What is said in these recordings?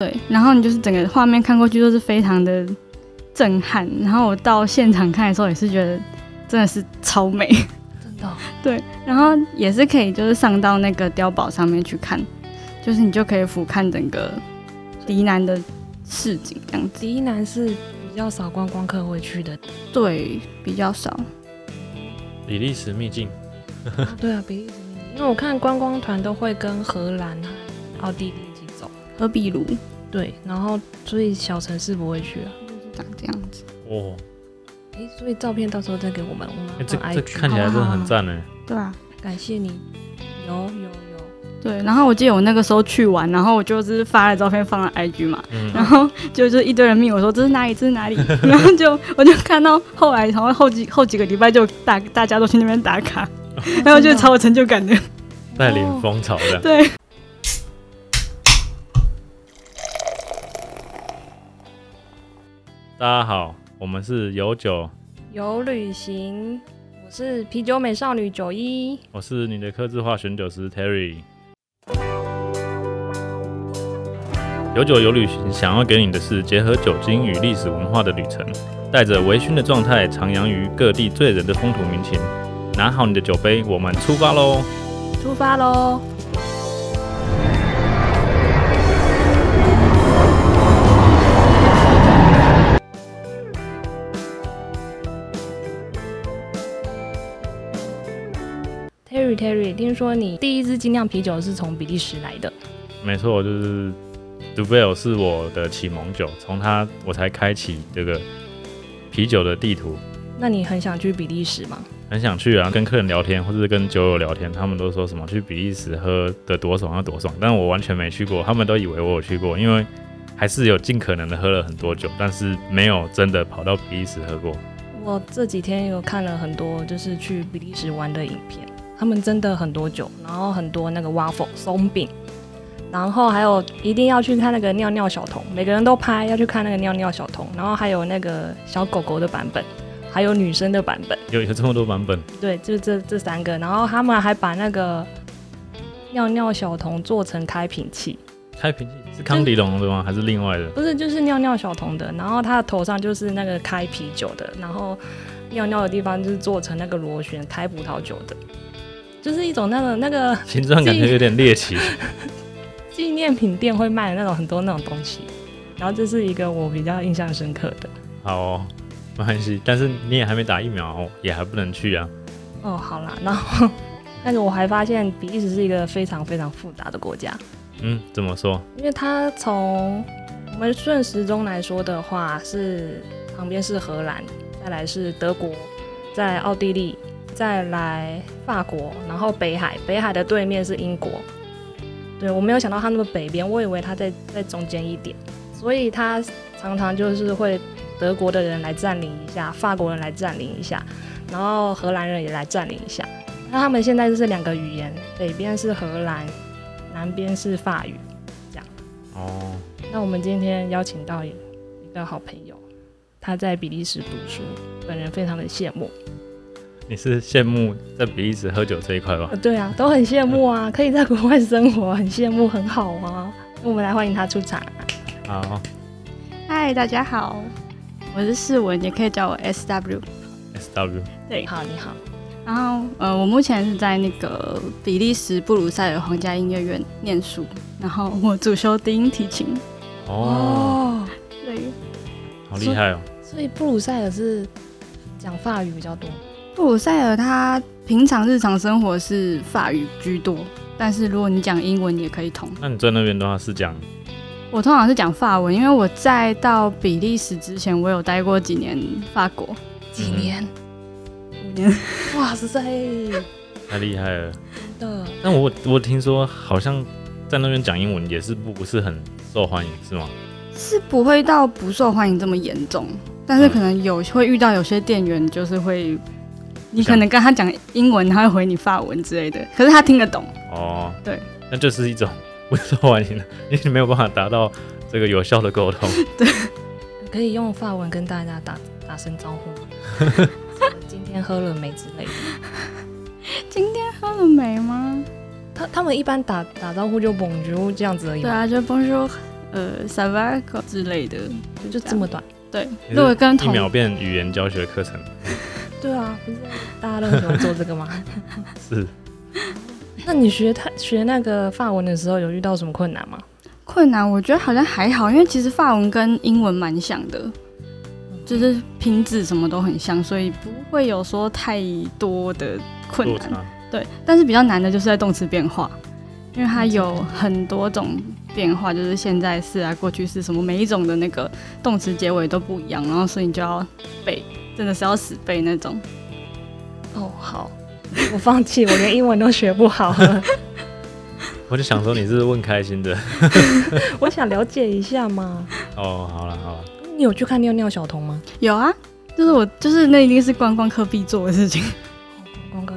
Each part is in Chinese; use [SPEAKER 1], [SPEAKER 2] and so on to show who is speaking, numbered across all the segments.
[SPEAKER 1] 对，然后你就是整个画面看过去都是非常的震撼，然后我到现场看的时候也是觉得真的是超美，
[SPEAKER 2] 真的哦、
[SPEAKER 1] 对，然后也是可以就是上到那个碉堡上面去看，就是你就可以俯瞰整个迪南的市景这样子，
[SPEAKER 2] 迪南是比较少观光客会去 的，
[SPEAKER 1] 对，比较少，
[SPEAKER 3] 比利时秘境，
[SPEAKER 2] 对啊，比利时秘境，因为我看观光团都会跟荷兰、啊奥地利一起走，
[SPEAKER 1] 和比如
[SPEAKER 2] 对，然后所以小城市不会去啊。
[SPEAKER 1] 长这样子。
[SPEAKER 3] 哦，
[SPEAKER 2] 诶，所以照片到时候再给我们，我们
[SPEAKER 3] 哎这
[SPEAKER 2] 放
[SPEAKER 3] 这
[SPEAKER 2] IG
[SPEAKER 3] 看起来真的很赞欸呢。
[SPEAKER 1] 对啊，
[SPEAKER 2] 感谢你，有有有，
[SPEAKER 1] 对，然后我记得我那个时候去玩，然后我就是发了照片放了 IG 嘛，然
[SPEAKER 3] 嗯，
[SPEAKER 1] 后就就一堆人命我说这是哪里，这是哪里，然后就我就看到后来，然后后几后几个礼拜就大大家都去那边打卡，然后就超有成就感的。哦
[SPEAKER 3] 带领风潮的。
[SPEAKER 1] 对，
[SPEAKER 3] 大家好，我们是有酒，
[SPEAKER 2] 有旅行，我是啤酒美少女九一，
[SPEAKER 3] 我是你的客制化选酒师 Terry。有酒有旅行，想要给你的是结合酒精与历史文化的旅程，带着微醺的状态徜徉于各地醉人的风土民情。拿好你的酒杯，我们出发喽！
[SPEAKER 2] 出发喽！Terry Terry，听说你第一支精酿啤酒是从比利时来的，
[SPEAKER 3] 没错，就是 Duvel 是我的启蒙酒，从它我才开启这个啤酒的地图。
[SPEAKER 2] 那你很想去比利时吗？
[SPEAKER 3] 很想去啊，跟客人聊天，或者是跟酒友聊天，他们都说什么去比利时喝的多爽啊多爽，但我完全没去过，他们都以为我有去过，因为还是有尽可能的喝了很多酒，但是没有真的跑到比利时喝过。
[SPEAKER 2] 我这几天有看了很多就是去比利时玩的影片，他们真的很多酒，然后很多那个 waffle 松饼，然后还有一定要去看那个尿尿小童，每个人都拍要去看那个尿尿小童，然后还有那个小狗狗的版本，还有女生的版本，
[SPEAKER 3] 有有这么多版本，
[SPEAKER 2] 对，就这这三个，然后他们还把那个尿尿小童做成开瓶器，
[SPEAKER 3] 开瓶器是康迪龙的吗？还是另外的？
[SPEAKER 2] 不是，就是尿尿小童的，然后他的头上就是那个开啤酒的，然后尿尿的地方就是做成那个螺旋开葡萄酒的，就是一种那个那个
[SPEAKER 3] 形状感觉有点猎奇，
[SPEAKER 2] 纪念品店会卖的那种很多那种东西。然后这是一个我比较印象深刻的。
[SPEAKER 3] 好、哦，没关系，但是你也还没打疫苗、哦，也还不能去啊。
[SPEAKER 2] 哦，好啦，然后 那个我还发现比利时是一个非常非常复杂的国家，
[SPEAKER 3] 嗯，怎么说？
[SPEAKER 2] 因为它从我们顺时钟来说的话，是旁边是荷兰，再来是德国，在奥地利，再来法国，然后北海，北海的对面是英国。对我没有想到它那么北边，我以为它在在中间一点，所以它常常就是会德国的人来占领一下，法国人来占领一下，然后荷兰人也来占领一下。那他们现在就是两个语言，北边是荷兰，南边是法语。
[SPEAKER 3] 哦，
[SPEAKER 2] 那我们今天邀请到一个好朋友，他在比利时读书，本人非常的羡慕。
[SPEAKER 3] 你是羡慕在比利时喝酒这一块吧
[SPEAKER 2] 呃，？对啊，都很羡慕啊，可以在国外生活，很羡慕，很好啊。那我们来欢迎他出场。
[SPEAKER 3] 好
[SPEAKER 1] 嗨，大家好，我是世文，也可以叫我 SW。
[SPEAKER 3] ，S W，
[SPEAKER 2] 好，你好，
[SPEAKER 1] 然后呃，我目前是在那个比利时布鲁塞尔皇家音乐院念书，然后我主修低音提琴。
[SPEAKER 3] 哦，，
[SPEAKER 1] 对，
[SPEAKER 3] 好厉害哦。
[SPEAKER 2] 所以布鲁塞尔是讲法语比较多。
[SPEAKER 1] 布鲁塞尔它平常日常生活是法语居多，但是如果你讲英文也可以通。
[SPEAKER 3] 那你在那边的话是讲
[SPEAKER 1] 我通常是讲法文，因为我在到比利时之前，我有待过几年法国，
[SPEAKER 2] 几年？
[SPEAKER 1] 五年。
[SPEAKER 2] 哇塞，
[SPEAKER 3] 太厉害了。
[SPEAKER 2] 真的
[SPEAKER 3] 但我我听说好像在那边讲英文也是不不是很受欢迎，是吗？
[SPEAKER 1] 是不会到不受欢迎这么严重，但是可能有会遇到有些店员就是会，你可能跟他讲英文，他会回你法文之类的，可是他听得懂。
[SPEAKER 3] 哦，
[SPEAKER 1] 对，
[SPEAKER 3] 那就是一种不受欢迎的， 因为你没有办法达到这个有效的 沟通。
[SPEAKER 2] 可以用法文跟大家打打声招呼 吗？今天喝了没之类的。
[SPEAKER 1] 今天喝了没吗？
[SPEAKER 2] 他他们一般打打招呼就 b o 这样子而已嘛。
[SPEAKER 1] 对啊，就 Bonjour，呃 s a v a c o 之类的。
[SPEAKER 2] 就就这么短。
[SPEAKER 1] 对，
[SPEAKER 3] 你
[SPEAKER 1] 如果
[SPEAKER 3] 是
[SPEAKER 1] 跟
[SPEAKER 3] 一
[SPEAKER 1] 同
[SPEAKER 3] 秒变语言教学课程
[SPEAKER 2] 对啊，不是大家都很喜欢做这个吗？
[SPEAKER 3] 是
[SPEAKER 2] 那你学他学那个法文的时候，有遇到什么困难吗？
[SPEAKER 1] 困难，我觉得好像还好，因为其实法文跟英文蛮像的，就是拼字什么都很像，所以不会有说太多的困
[SPEAKER 3] 落
[SPEAKER 1] 难。
[SPEAKER 3] 差，
[SPEAKER 1] 对，但是比较难的就是在动词变化，因为它有很多种变化，就是现在式啊、过去式什么，每一种的那个动词结尾都不一样，然后所以你就要背，真的是要死背那种。
[SPEAKER 2] 哦，好，我放弃，我连英文都学不好 了。
[SPEAKER 3] 我就想说你是问开心的
[SPEAKER 2] 我想了解一下嘛。
[SPEAKER 3] 哦，好了好了，
[SPEAKER 2] 你有去看尿尿小童吗？
[SPEAKER 1] 有啊，就是我就是那一定是观光客必做的事情，
[SPEAKER 2] 光哥，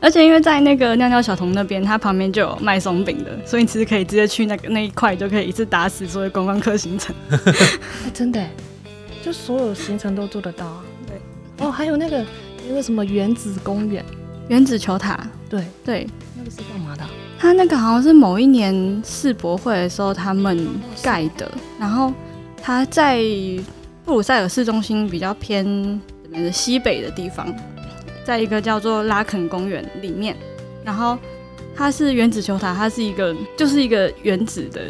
[SPEAKER 1] 而且因为在那个尿尿小童那边，它旁边就有卖松饼的，所以你其实可以直接去那个那一块就可以一次打死所有观光客行程。
[SPEAKER 2] 哎，真的耶，就所有行程都做得到啊。对，哦，还有那个有个什么原子公园，
[SPEAKER 1] 原子球塔，
[SPEAKER 2] 对，
[SPEAKER 1] 对，
[SPEAKER 2] 那个是干嘛的啊？
[SPEAKER 1] 他那个好像是某一年世博会的时候他们盖的，然后他在布鲁塞尔市中心比较偏怎么样西北的地方，在一个叫做拉肯公园里面，然后它是原子球塔，它是一个就是一个原子的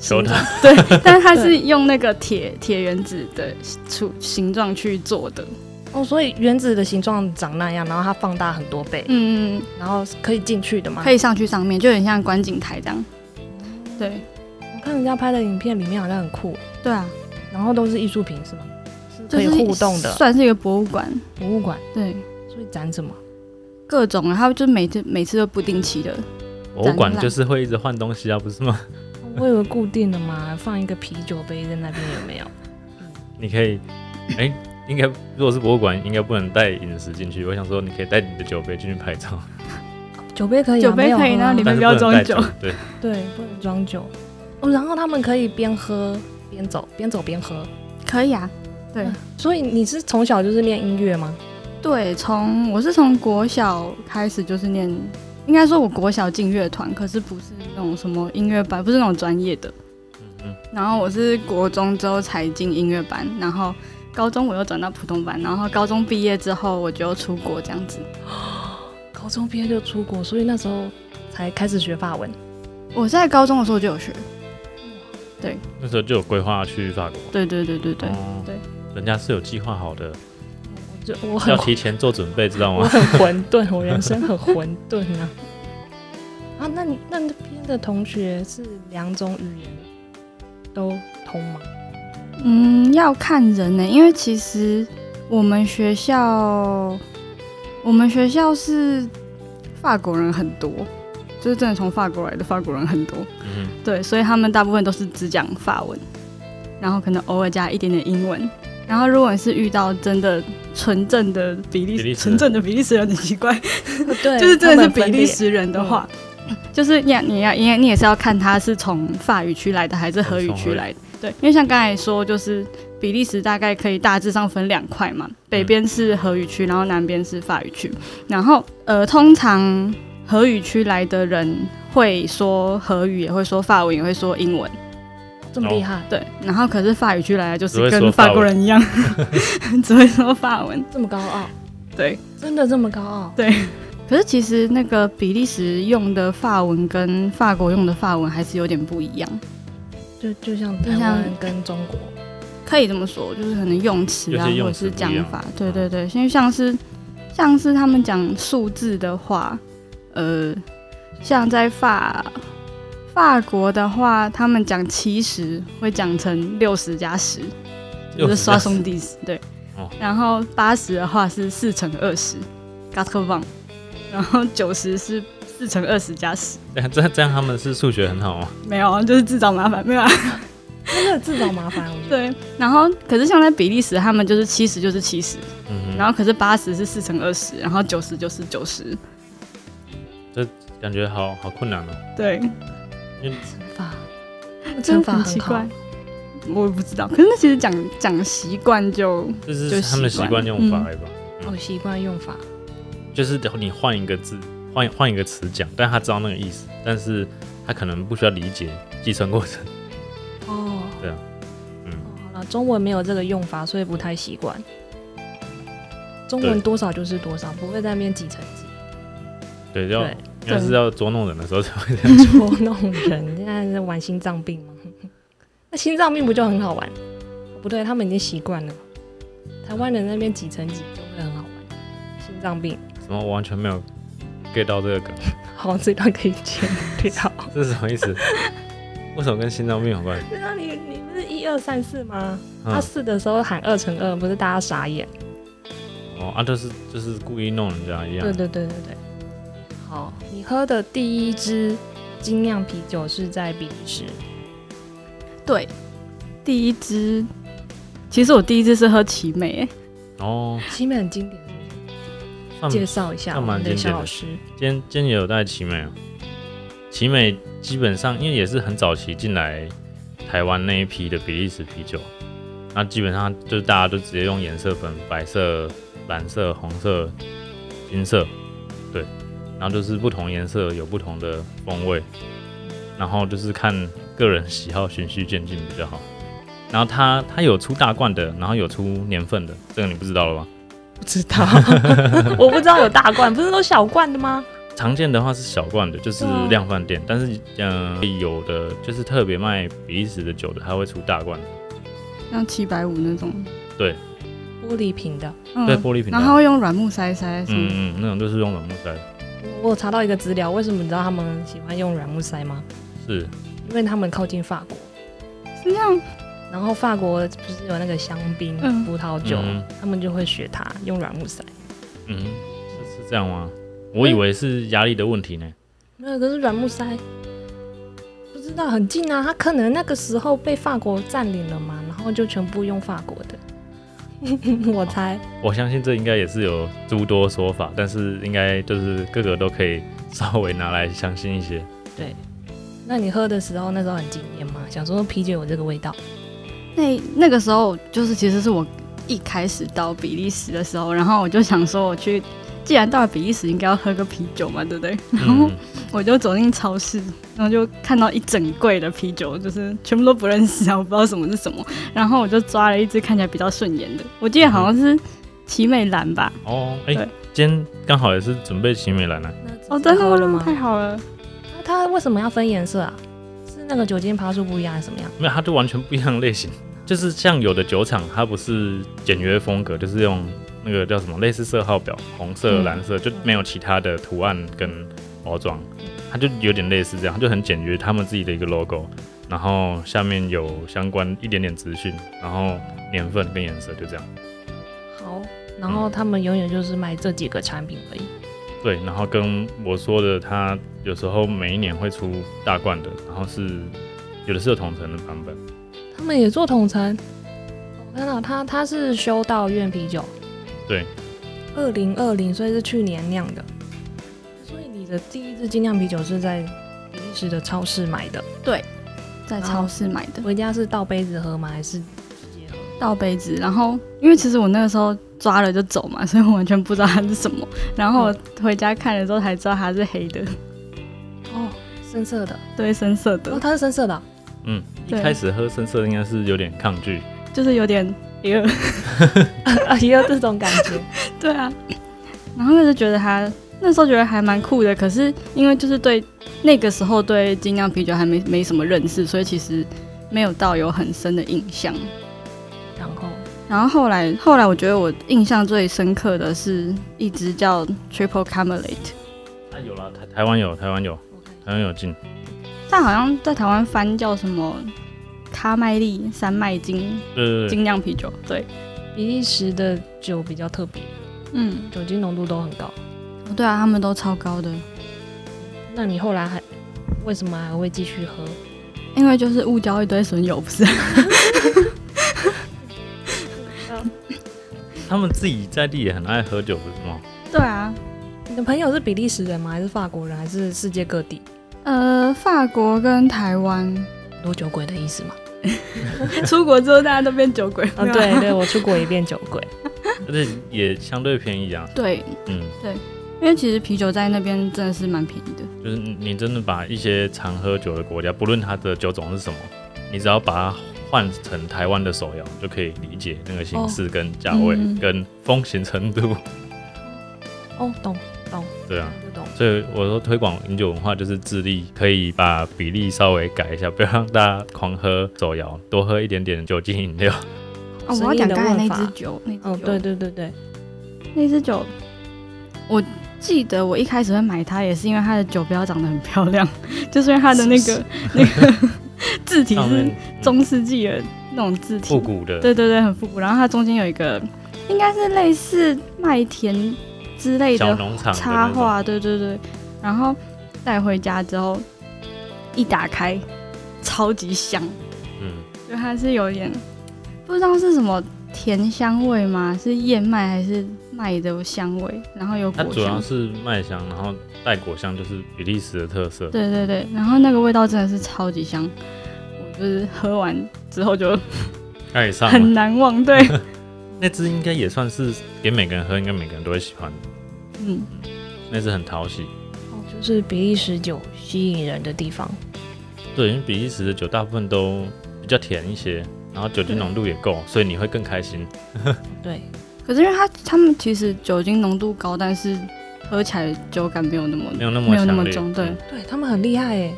[SPEAKER 3] 球塔
[SPEAKER 1] 对， 但是它是用那个铁铁原子的处形状去做的，
[SPEAKER 2] 哦，所以原子的形状长那样，然后它放大很多倍，
[SPEAKER 1] 嗯。
[SPEAKER 2] 然后是可以进去的嘛。
[SPEAKER 1] 可以上去上面，就很像观景台这样。对
[SPEAKER 2] 我看人家拍的影片里面好像很酷，
[SPEAKER 1] 对啊，
[SPEAKER 2] 然后都是艺术品是吗？是
[SPEAKER 1] 就
[SPEAKER 2] 可以
[SPEAKER 1] 是
[SPEAKER 2] 互动的
[SPEAKER 1] 算是一个博物馆。
[SPEAKER 2] 博物馆，
[SPEAKER 1] 对，
[SPEAKER 2] 所以展什么？
[SPEAKER 1] 各种，然后就每次每次都不定期的。
[SPEAKER 3] 博物馆
[SPEAKER 1] 展览
[SPEAKER 3] 就是会一直换东西啊，不是吗？
[SPEAKER 2] 我以为固定的嘛，放一个啤酒杯在那边有没有？
[SPEAKER 3] 你可以，哎、应该如果是博物馆，应该不能带饮食进去。我想说，你可以带你的酒杯进去拍照，
[SPEAKER 2] 酒杯可以、啊，
[SPEAKER 1] 酒杯
[SPEAKER 2] 没有
[SPEAKER 1] 可以
[SPEAKER 2] 喝
[SPEAKER 1] 那里你面们
[SPEAKER 3] 但是
[SPEAKER 1] 不要
[SPEAKER 3] 能带
[SPEAKER 1] 装酒
[SPEAKER 3] 对，
[SPEAKER 2] 对，不能装酒。哦，然后他们可以边喝边走，边走边喝。
[SPEAKER 1] 可以啊，对
[SPEAKER 2] 所以你是从小就是练音乐吗？
[SPEAKER 1] 对，从我是从国小开始就是念，应该说我国小进乐团，可是不是那种什么音乐班，不是那种专业的。
[SPEAKER 3] 嗯
[SPEAKER 1] 然后我是国中之后才进音乐班，然后高中我又转到普通班，然后高中毕业之后我就出国这样子。
[SPEAKER 2] 高中毕业就出国，所以那时候才开始学法文。
[SPEAKER 1] 我在高中的时候就有学，
[SPEAKER 3] 那时候就有规划去法国。
[SPEAKER 1] 对对对对对。
[SPEAKER 3] 哦
[SPEAKER 1] 对，
[SPEAKER 3] 人家是有计划好的，
[SPEAKER 2] 我就我
[SPEAKER 3] 要
[SPEAKER 2] 很
[SPEAKER 3] 提前做准备，知道
[SPEAKER 2] 我
[SPEAKER 3] 吗？
[SPEAKER 2] 很混沌， 我人生很混沌啊。啊，那你那边的同学是两种语言都通吗？
[SPEAKER 1] 嗯，要看人呢、因为其实我们学校，我们学校是法国人很多，就是真的从法国来的法国人很多，
[SPEAKER 3] 嗯，
[SPEAKER 1] 对，所以他们大部分都是只讲法文，然后可能偶尔加一点点英文。然后，如果你是遇到真的纯正的比利
[SPEAKER 3] 比利时
[SPEAKER 1] 纯正的比利时人很奇怪，
[SPEAKER 2] 对
[SPEAKER 1] 就是真的是
[SPEAKER 2] 他们
[SPEAKER 1] 比
[SPEAKER 2] 分嗯裂
[SPEAKER 1] 利时人的话，就是你要你要因为你也是要看他是从法语区来的还是荷语区
[SPEAKER 2] 嗯
[SPEAKER 1] 来的，对，因为像刚才说，就是比利时大概可以大致上分两块嘛，北边是荷语区，然后南边是法语区，然后呃，通常荷语区来的人会说荷语，也会说法文，也会说英文，
[SPEAKER 2] 这么厉害，
[SPEAKER 1] 对，然后可是法语区来的就
[SPEAKER 3] 只
[SPEAKER 1] 是
[SPEAKER 3] 会说
[SPEAKER 1] 跟
[SPEAKER 3] 法
[SPEAKER 1] 法国
[SPEAKER 3] 文
[SPEAKER 1] 人一 样，只会说法文，
[SPEAKER 2] 这么高傲，
[SPEAKER 1] 对。
[SPEAKER 2] 真的这么高傲？
[SPEAKER 1] 可是其实那个比利时用的法文跟法国用的法文还是有点不一样，
[SPEAKER 2] 就就像
[SPEAKER 1] 就
[SPEAKER 2] 台
[SPEAKER 1] 像
[SPEAKER 2] 湾跟中国，
[SPEAKER 1] 可以这么说，就是可能用词啊
[SPEAKER 3] 有些
[SPEAKER 1] 或
[SPEAKER 3] 用
[SPEAKER 1] 者
[SPEAKER 3] 词
[SPEAKER 1] 是讲法，
[SPEAKER 3] 不一
[SPEAKER 1] 对
[SPEAKER 3] 样嗯
[SPEAKER 1] 对对，因为像是像是他们讲数字的话，呃，像在法法国的话，他们讲七十会讲成六十加十，就
[SPEAKER 3] 又
[SPEAKER 1] 是
[SPEAKER 3] 是
[SPEAKER 1] 刷松蒂斯对。
[SPEAKER 3] 哦
[SPEAKER 1] 然后八十的话是四乘二十 g a t o v a n 然后九十是四乘二十加十。
[SPEAKER 3] 这啊样这样这样他们是数学很好啊吗？
[SPEAKER 1] 没有，就是自找麻烦，没有、啊。
[SPEAKER 2] 真的自找麻烦。我觉得
[SPEAKER 1] 对，然后可是像在比利时，他们就是七十就是七十，
[SPEAKER 3] 嗯
[SPEAKER 1] 然
[SPEAKER 3] 哼，
[SPEAKER 1] 后可是八十是四乘二十，然后九十就是九十。
[SPEAKER 3] 感觉好好困难哦。
[SPEAKER 1] 对，
[SPEAKER 2] 惩罚，
[SPEAKER 1] 真
[SPEAKER 2] 惩
[SPEAKER 1] 的
[SPEAKER 2] 罚
[SPEAKER 1] 很
[SPEAKER 2] 很
[SPEAKER 1] 奇
[SPEAKER 2] 好
[SPEAKER 1] 怪。。我也不知道，可是那其实讲讲习惯就
[SPEAKER 3] 这
[SPEAKER 1] 就是习
[SPEAKER 3] 他们的习惯
[SPEAKER 1] 惯
[SPEAKER 3] 用法
[SPEAKER 1] 嗯
[SPEAKER 3] 来吧？
[SPEAKER 2] 好习惯用法，
[SPEAKER 3] 就是你换一个字，换换一个词讲，但他知道那个意思，但是他可能不需要理解计算过程。
[SPEAKER 2] 哦
[SPEAKER 3] 对啊，嗯，
[SPEAKER 2] 好了，中文没有这个用法，所以不太习惯。中文
[SPEAKER 3] 对
[SPEAKER 2] 多少就是多少，不会在那边挤成挤，
[SPEAKER 3] 对，要
[SPEAKER 2] 对
[SPEAKER 3] 应该是要捉弄人的时候才会这样。
[SPEAKER 2] 捉弄人。现在是玩心脏病吗？ 那心脏病不就很好玩？不对，他们已经习惯了。台湾人那边挤成挤就会很好玩，心脏病。
[SPEAKER 3] 什么我完全没有 get 到这个梗，
[SPEAKER 2] 好，这段可以剪掉。
[SPEAKER 3] 这是什么意思？为什么跟心脏病有关？
[SPEAKER 2] 对啊，你你不是一二三四吗？
[SPEAKER 3] 嗯
[SPEAKER 2] 他四的时候喊二乘二，不是大家傻眼？
[SPEAKER 3] 哦啊，就是就是故意弄人家一样
[SPEAKER 2] 对。对对对对。好，你喝的第一支精酿啤酒是在比利时，
[SPEAKER 1] 对，第一支，其实我第一支是喝奇美、欸，
[SPEAKER 3] 哦，
[SPEAKER 2] 奇美很经典是不是。
[SPEAKER 3] 算
[SPEAKER 2] 介绍一下
[SPEAKER 3] 嗯那
[SPEAKER 2] 我
[SPEAKER 3] 蛮
[SPEAKER 2] 们的
[SPEAKER 3] 经典
[SPEAKER 2] 肖
[SPEAKER 3] 的
[SPEAKER 2] 老师，
[SPEAKER 3] 今天今天也有带奇美啊，奇美基本上因为也是很早期进来台湾那一批的比利时啤酒，那基本上就是大家都直接用颜色分白色、蓝色、红色、金色，对，然后就是不同颜色有不同的风味，然后就是看个人喜好循序渐进比较好。然后它它有出大罐的，然后有出年份的，这个你不知道了吧？
[SPEAKER 2] 不知道， 我不知道有大罐，不是都小罐的吗？
[SPEAKER 3] 常见的话是小罐的，就是
[SPEAKER 2] 对啊
[SPEAKER 3] 量贩店，但是嗯、呃有的就是特别卖比利时的酒的，它会出大罐，
[SPEAKER 1] 像七百五那种，
[SPEAKER 2] 玻璃瓶的，
[SPEAKER 1] 嗯，
[SPEAKER 3] 对，玻璃瓶的。
[SPEAKER 1] 然后用软木塞塞什么
[SPEAKER 3] 嗯，嗯，那种就是用软木塞，
[SPEAKER 2] 我有查到一个资料，为什么你知道他们喜欢用软木塞吗？
[SPEAKER 3] 是
[SPEAKER 2] 因为他们靠近法国，
[SPEAKER 1] 是这样，
[SPEAKER 2] 然后法国不是有那个香槟、
[SPEAKER 1] 嗯
[SPEAKER 2] 葡萄酒，
[SPEAKER 3] 嗯
[SPEAKER 2] 他们就会学它用软木塞。
[SPEAKER 3] 嗯，是是这样吗？我以为是压力的问题呢。
[SPEAKER 2] 没有，可是软木塞不知道很近啊，他可能那个时候被法国占领了嘛，然后就全部用法国的。我猜，
[SPEAKER 3] 我相信这应该也是有诸多说法，但是应该就是各个都可以稍微拿来相信一些。
[SPEAKER 2] 那你喝的时候那时候很惊艳吗？想说啤酒有这个味道，
[SPEAKER 1] 那那个时候就是其实是我一开始到比利时的时候，然后我就想说我去。既然到了比利时，应该要喝个啤酒嘛，对不对？然后
[SPEAKER 3] 嗯，
[SPEAKER 1] 我就走进超市，然后就看到一整柜的啤酒，就是全部都不认识啊，我不知道什么是什么。然后我就抓了一支看起来比较顺眼的，我记得好像是奇美蓝吧。
[SPEAKER 3] 哦，哎、
[SPEAKER 1] 对
[SPEAKER 3] 今天刚好也是准备奇美兰呢、
[SPEAKER 2] 那
[SPEAKER 1] 哦，真的
[SPEAKER 2] 喝
[SPEAKER 1] 吗
[SPEAKER 2] 了吗？
[SPEAKER 1] 太好了。
[SPEAKER 2] 那它为什么要分颜色啊？是那个酒精趴数不一样还是怎么样？
[SPEAKER 3] 没有，它就完全不一样的类型。 就是像有的酒厂，它不是简约风格，就是用那个叫什么类似色号表，红色、
[SPEAKER 2] 嗯
[SPEAKER 3] 蓝色，就没有其他的图案跟包装，它就有点类似这样，它就很简约，他们自己的一个 logo，然后下面有相关一点点资讯，然后年份跟颜色就这样。
[SPEAKER 2] 好，然后他们永远就是卖这几个产品而已。
[SPEAKER 3] 对，然后跟我说的，它有时候每一年会出大罐的，然后是有的是有同城的版本，
[SPEAKER 2] 他们也做统称。我看到他他是修道院啤酒，
[SPEAKER 3] 对，
[SPEAKER 2] 二零二零，所以是去年酿的。所以你的第一支精酿啤酒是在比利时的超市买的，
[SPEAKER 1] 在超市买的
[SPEAKER 2] 回家是倒杯子喝吗？还是直接喝？
[SPEAKER 1] 啊倒杯子，然后因为其实我那个时候抓了就走嘛， 所以我完全不知道它是什么。然后我回家看了之后才知道它是黑的，嗯
[SPEAKER 2] 哦，深色的，
[SPEAKER 1] 对，深色
[SPEAKER 2] 哦，
[SPEAKER 1] 的，
[SPEAKER 2] 它是深色的啊，
[SPEAKER 3] 嗯，一
[SPEAKER 1] 对
[SPEAKER 3] 开始喝深色应该是有点抗拒，
[SPEAKER 1] 就是有点呃
[SPEAKER 2] 啊 也有这种感觉。
[SPEAKER 1] 对啊，然后就觉得他那时候觉得还蛮酷的，可是因为就是对那个时候对精酿啤酒还没没什么认识，所以其实没有到有很深的印象。
[SPEAKER 2] 然后
[SPEAKER 1] 然后后来后来，我觉得我印象最深刻的是一支叫 Triple Camelate，
[SPEAKER 3] 啊，有了，台台湾有，台湾有，
[SPEAKER 2] 我看一下
[SPEAKER 3] 台湾有进，
[SPEAKER 1] 但好像在台湾翻叫什么卡麦利山脉精
[SPEAKER 3] 对对对，
[SPEAKER 1] 精酿啤酒，对，
[SPEAKER 2] 比利时的酒比较特别，
[SPEAKER 1] 嗯，
[SPEAKER 2] 酒精浓度都很高。
[SPEAKER 1] 对啊，他们都超高的，
[SPEAKER 2] 那你后来还为什么还会继续喝？
[SPEAKER 1] 因为就是误交一堆损友，不是？
[SPEAKER 3] 他们自己在地也很爱喝酒，不是吗？
[SPEAKER 1] 对啊，
[SPEAKER 2] 你的朋友是比利时人吗？还是法国人？还是世界各地？
[SPEAKER 1] 呃，法国跟台湾
[SPEAKER 2] 多酒鬼的意思吗？
[SPEAKER 1] 出国之后大家都变酒鬼。
[SPEAKER 2] 啊，对对，我出国也变酒鬼。
[SPEAKER 3] 而且也相对便宜啊，
[SPEAKER 1] 对，
[SPEAKER 3] 嗯，
[SPEAKER 1] 因为其实啤酒在那边真的是蛮便宜的。
[SPEAKER 3] 就是你你真的把一些常喝酒的国家，不论它的酒种是什么，你只要把它换成台湾的手摇，就可以理解那个形式跟价位、
[SPEAKER 1] 嗯
[SPEAKER 3] 跟风行程度。
[SPEAKER 2] 哦，懂
[SPEAKER 3] 对啊，
[SPEAKER 2] 不懂？
[SPEAKER 3] 所以我说推广饮酒文化就是致力可以把比例稍微改一下，不要让大家狂喝手摇，多喝一点点酒精饮 料。
[SPEAKER 1] 哦，我要讲刚才那支酒，那支酒，
[SPEAKER 2] 哦，对，对对对，
[SPEAKER 1] 那支酒，我记得我一开始会买它，也是因为它的酒标长得很漂亮， 就是因为它的那个 那个字体
[SPEAKER 3] 上
[SPEAKER 1] 是
[SPEAKER 3] 面
[SPEAKER 1] 中世纪的那种字体
[SPEAKER 3] 嗯复，古的，
[SPEAKER 1] 对对对，很复古。然后它中间有一个，应该是类似麦田之类
[SPEAKER 3] 小
[SPEAKER 1] 的
[SPEAKER 3] 农场的
[SPEAKER 1] 插
[SPEAKER 3] 那种，
[SPEAKER 1] 画，对对对。然后带回家之后，一打开，超级香，
[SPEAKER 3] 嗯，
[SPEAKER 1] 就它是有点不知道是什么甜香味吗？是燕麦还是麦的香味？然后有
[SPEAKER 3] 它
[SPEAKER 1] 果
[SPEAKER 3] 主要
[SPEAKER 1] 香，
[SPEAKER 3] 是麦香，然后带果香，就是比利时的特色。
[SPEAKER 1] 对对对。然后那个味道真的是超级香，我就是喝完之后就
[SPEAKER 3] 爱上
[SPEAKER 1] 很
[SPEAKER 3] 了
[SPEAKER 1] 难忘。对，
[SPEAKER 3] 那支应该也算是给每个人喝，应该每个人都会喜欢。
[SPEAKER 1] 嗯，
[SPEAKER 3] 那支很讨喜，
[SPEAKER 2] 哦，就是比利时酒吸引人的地方。
[SPEAKER 3] 对，因为比利时的酒大部分都比较甜一些，然后酒精浓度也够，所以你会更开心。
[SPEAKER 2] 对，
[SPEAKER 1] 可是因为它他们其实酒精浓度高，但是喝起来酒感没有那么
[SPEAKER 3] 没有那么
[SPEAKER 1] 没有那
[SPEAKER 3] 强
[SPEAKER 1] 么
[SPEAKER 3] 烈，
[SPEAKER 1] 重，对。
[SPEAKER 3] 嗯
[SPEAKER 2] 对他们很厉害哎，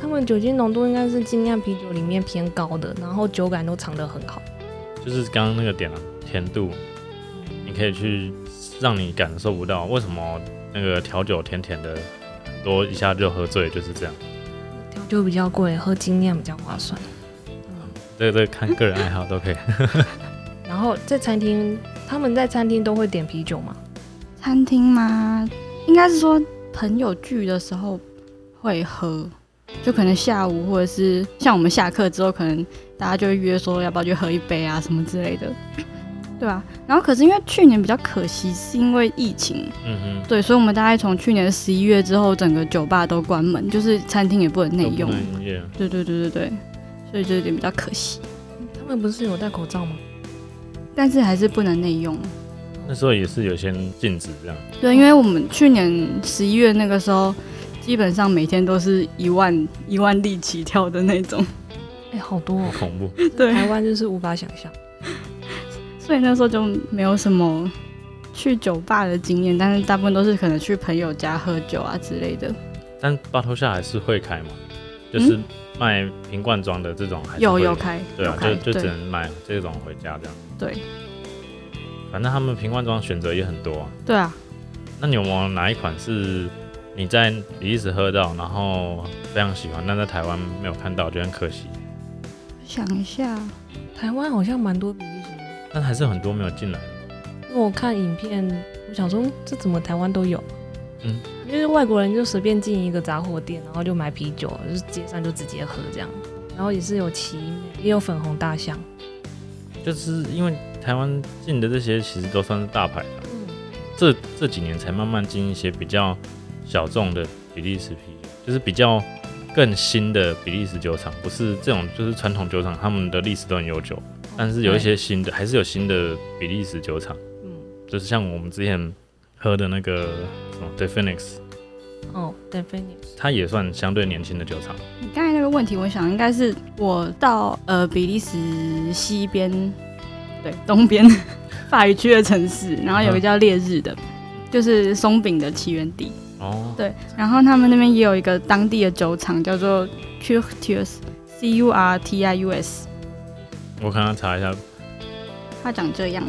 [SPEAKER 2] 他们酒精浓度应该是精酿啤酒里面偏高的，然后酒感都藏得很好。
[SPEAKER 3] 就是刚刚那个点啊，甜度，你可以去让你感受不到为什么那个调酒甜甜的，很多一下就喝醉，就是这样。
[SPEAKER 2] 调酒比较贵，喝精酿比较划算。
[SPEAKER 3] 这个这个看个人爱好都可以。
[SPEAKER 2] 然后在餐厅，他们在餐厅都会点啤酒嘛？
[SPEAKER 1] 餐厅吗？应该是说朋友聚的时候会喝，就可能下午或者是像我们下课之后，可能大家就会约说要不要去喝一杯啊什么之类的， 对啊。然后可是因为去年比较可惜，是因为疫情，
[SPEAKER 3] 嗯哼，
[SPEAKER 1] 对，所以我们大概从去年十一月之后，整个酒吧都关门，就是餐厅也不能内用
[SPEAKER 3] 都，不能营业
[SPEAKER 1] 对对对对对，所以这一点比较可惜，
[SPEAKER 2] 他们不是有戴口罩吗？
[SPEAKER 1] 但是还是不能内用。
[SPEAKER 3] 那时候也是有些禁止这样。
[SPEAKER 1] 对，因为我们去年十一月那个时候，基本上每天都是一万一万例起跳的那种。
[SPEAKER 2] 哎、好多哦
[SPEAKER 1] 嗯
[SPEAKER 3] 很！恐怖。
[SPEAKER 1] 对，
[SPEAKER 2] 台湾就是无法想象。
[SPEAKER 1] 所以那时候就没有什么去酒吧的经验，但是大部分都是可能去朋友家喝酒啊之类的。
[SPEAKER 3] 但八头下还是会开嘛，就是卖瓶罐装的这种还是
[SPEAKER 1] 有
[SPEAKER 3] 会
[SPEAKER 1] 嗯有，开，
[SPEAKER 3] 对
[SPEAKER 1] 有
[SPEAKER 3] 啊，
[SPEAKER 1] 开，
[SPEAKER 3] 就就只
[SPEAKER 1] 对
[SPEAKER 3] 能买这种回家这样。
[SPEAKER 1] 对
[SPEAKER 3] 反正他们瓶罐装选择也很多、啊。
[SPEAKER 1] 对啊，
[SPEAKER 3] 那你有没有哪一款是你在比利时喝到，然后非常喜欢，但在台湾没有看到，觉得很可惜？
[SPEAKER 1] 想一下，
[SPEAKER 2] 台湾好像蛮多比利时的，
[SPEAKER 3] 但还是有很多没有进来的。
[SPEAKER 2] 因为我看影片，我想说嗯这怎么台湾都有？
[SPEAKER 3] 嗯，
[SPEAKER 2] 因为外国人就随便进一个杂货店，然后就买啤酒，就是街上就直接喝这样。然后也是有奇美，也有粉红大象。
[SPEAKER 3] 就是因为台湾进的这些其实都算是大牌的啊，
[SPEAKER 2] 嗯，
[SPEAKER 3] 这这几年才慢慢进一些比较小众的比利时啤酒，就是比较更新的比利时酒厂，不是这种就是传统酒厂，他们的历史都很悠久，
[SPEAKER 1] 哦
[SPEAKER 3] 但是有一些新的，还是有新的比利时酒厂，
[SPEAKER 2] 嗯，
[SPEAKER 3] 就是像我们之前喝的那个什么 The Phoenix，
[SPEAKER 2] 哦，对，菲尼
[SPEAKER 3] 它也算相对年轻的酒厂。
[SPEAKER 1] 你刚才那个问题，我想应该是我到呃比利时西边，对东边 法语区的城市，然后
[SPEAKER 3] 嗯
[SPEAKER 1] 有一个叫烈日的，就是松饼的起源地。
[SPEAKER 3] 哦，
[SPEAKER 1] 对，然后他们那边也有一个当地的酒厂，叫做 Curtius C U R T I U S。
[SPEAKER 3] 我刚刚查一下，
[SPEAKER 1] 它长这样，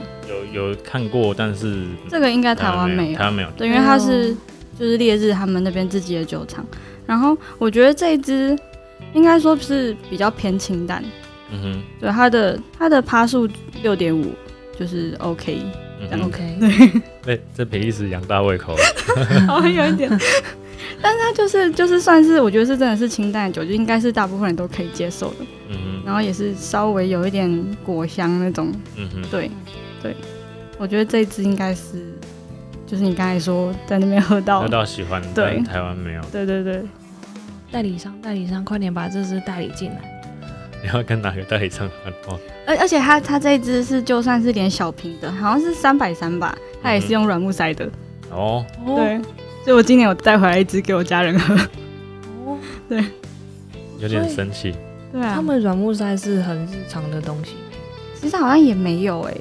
[SPEAKER 3] 有有看过，但是
[SPEAKER 1] 这个应该台湾
[SPEAKER 3] 没
[SPEAKER 1] 没有
[SPEAKER 3] 台，湾没有。
[SPEAKER 1] 对，因为它是就是烈日他们那边自己的酒厂。然后我觉得这一支应该说是比较偏清淡，
[SPEAKER 3] 嗯哼，
[SPEAKER 1] 对它的它的趴数六点五，就是 OK，
[SPEAKER 3] 嗯
[SPEAKER 1] 这样
[SPEAKER 3] 哼，
[SPEAKER 2] OK，
[SPEAKER 3] 对，这比利时养大胃口了。
[SPEAKER 1] 好像有一点， 但是它就是就是算是我觉得是真的是清淡的酒，就应该是大部分人都可以接受的，
[SPEAKER 3] 嗯
[SPEAKER 1] 然
[SPEAKER 3] 哼，
[SPEAKER 1] 后也是稍微有一点果香那种，
[SPEAKER 3] 嗯哼，
[SPEAKER 1] 对对，我觉得这一支应该是就是你刚才说在那边喝到
[SPEAKER 3] 喝，到喜欢，
[SPEAKER 1] 对
[SPEAKER 3] 但台湾没有。
[SPEAKER 1] 对对对，
[SPEAKER 2] 代理商，代理商，快点把这支代理进来。
[SPEAKER 3] 你要跟哪个代理商合作？
[SPEAKER 1] 而而且它它这一支是就算是连小瓶的，好像是三百三吧，它也是用软木塞的，
[SPEAKER 3] 哦，
[SPEAKER 2] 哦
[SPEAKER 1] 对，所以我今年我带回来一支给我家人喝。
[SPEAKER 2] 哦，
[SPEAKER 1] 对，
[SPEAKER 3] 有点生气。
[SPEAKER 1] 对啊，
[SPEAKER 2] 他们软木塞是很日常的东西，
[SPEAKER 1] 其实好像也没有哎、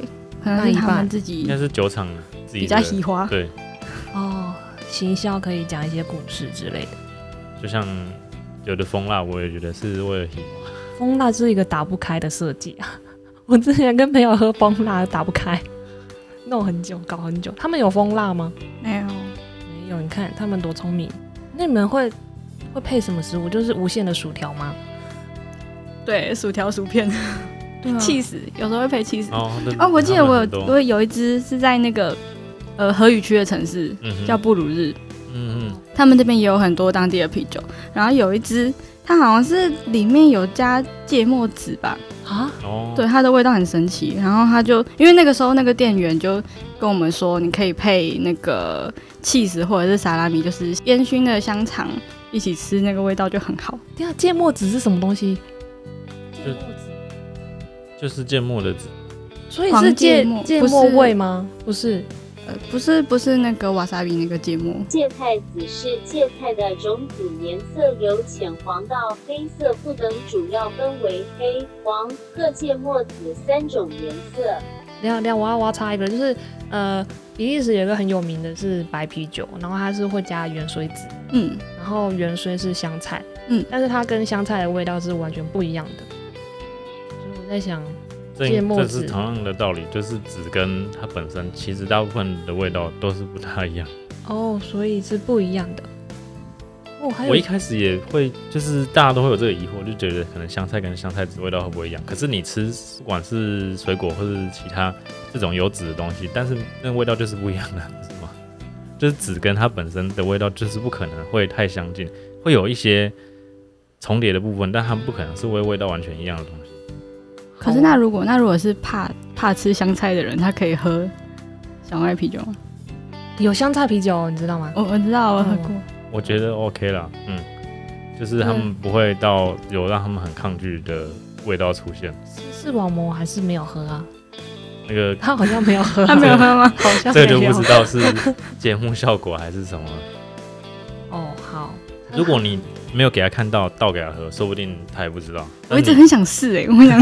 [SPEAKER 1] 可能是他们自己
[SPEAKER 3] 应该是酒厂自己
[SPEAKER 1] 比较
[SPEAKER 3] 的
[SPEAKER 1] 喜欢。
[SPEAKER 3] 对，
[SPEAKER 2] 哦，行销可以讲一些故事之类的。
[SPEAKER 3] 就像有的蜂蜡，我也觉得是为了喜欢
[SPEAKER 2] 蜂蜡是一个打不开的设计 啊！我之前跟朋友喝蜂蜡打不开，弄很久，搞很久。他们有蜂蜡吗？
[SPEAKER 1] 没有，
[SPEAKER 2] 没有，你看他们多聪明。那你们会会配什么食物？就是无限的薯条吗？
[SPEAKER 1] 对，薯条、薯片、
[SPEAKER 2] 对啊
[SPEAKER 1] 气死，有时候会配气死。
[SPEAKER 3] 哦。
[SPEAKER 1] 哦，我记得我有
[SPEAKER 3] 有
[SPEAKER 1] 我有一只是在那个呃河语区的城市叫布鲁日，
[SPEAKER 3] 嗯嗯
[SPEAKER 1] 他们这边也有很多当地的啤酒，然后有一只它好像是里面有加芥末籽吧，
[SPEAKER 2] 啊，
[SPEAKER 3] 嗯哦，
[SPEAKER 1] 对，它的味道很神奇。然后它就因为那个时候那个店员就跟我们说，你可以配那个 cheese 或者是沙拉米，就是烟熏的香肠一起吃，那个味道就很好。
[SPEAKER 2] 第二芥末籽是什么东西？
[SPEAKER 3] 就就是芥末的籽，
[SPEAKER 2] 所以
[SPEAKER 1] 黄
[SPEAKER 2] 是
[SPEAKER 1] 芥
[SPEAKER 2] 芥
[SPEAKER 1] 末
[SPEAKER 2] 芥
[SPEAKER 1] 不是
[SPEAKER 2] 末味吗？不是，
[SPEAKER 1] 呃，不是不是那个瓦萨比那个芥末，
[SPEAKER 4] 芥菜籽是芥菜的种子，颜色由浅黄到黑色不等，主要分为黑、黄、各芥末籽三种颜色。
[SPEAKER 2] 等一下等一下，我要我要插一个，就是呃，比利时有一个很有名的是白啤酒，然后它是会加原水籽，
[SPEAKER 1] 嗯，
[SPEAKER 2] 然后原虽是香菜，
[SPEAKER 1] 嗯
[SPEAKER 2] 但是它跟香菜的味道是完全不一样的。所以我在想，
[SPEAKER 3] 这
[SPEAKER 2] 芥末
[SPEAKER 3] 这
[SPEAKER 2] 籽
[SPEAKER 3] 是同样的道理，就是籽跟它本身其实大部分的味道都是不太一样。
[SPEAKER 2] 哦，所以是不一样的。哦，还
[SPEAKER 3] 我一
[SPEAKER 2] 有
[SPEAKER 3] 开始也会，就是大家都会有这个疑惑，就觉得可能香菜跟香菜籽味道会不会一样？可是你吃不管是水果或是其他这种有籽的东西，但是那味道就是不一样的，是吗？ 就是籽跟它本身的味道就是不可能会太相近，会有一些重叠的部分，但它们不可能是为味道完全一样的东西。
[SPEAKER 1] 可是那如果那如果是怕怕吃香菜的人，他可以喝小麦啤酒吗？
[SPEAKER 2] 有香菜啤酒，你知道吗？
[SPEAKER 1] 我我知道我喝过，
[SPEAKER 3] 我觉得 OK 啦，嗯，就是他们不会到有让他们很抗拒的味道出现。
[SPEAKER 2] 是视网膜还是没有喝啊？
[SPEAKER 3] 那 个
[SPEAKER 2] 他好像没有 喝、
[SPEAKER 1] 他没有喝吗？
[SPEAKER 2] 好像
[SPEAKER 3] 这个就
[SPEAKER 2] 没
[SPEAKER 3] 不
[SPEAKER 2] 有
[SPEAKER 3] 知道是节目效果还是什么了。
[SPEAKER 2] 哦。好，
[SPEAKER 3] 如果你没有给他看到，倒给他喝，说不定他也不知道。
[SPEAKER 1] 我一直
[SPEAKER 3] 但你
[SPEAKER 1] 很想试哎、我想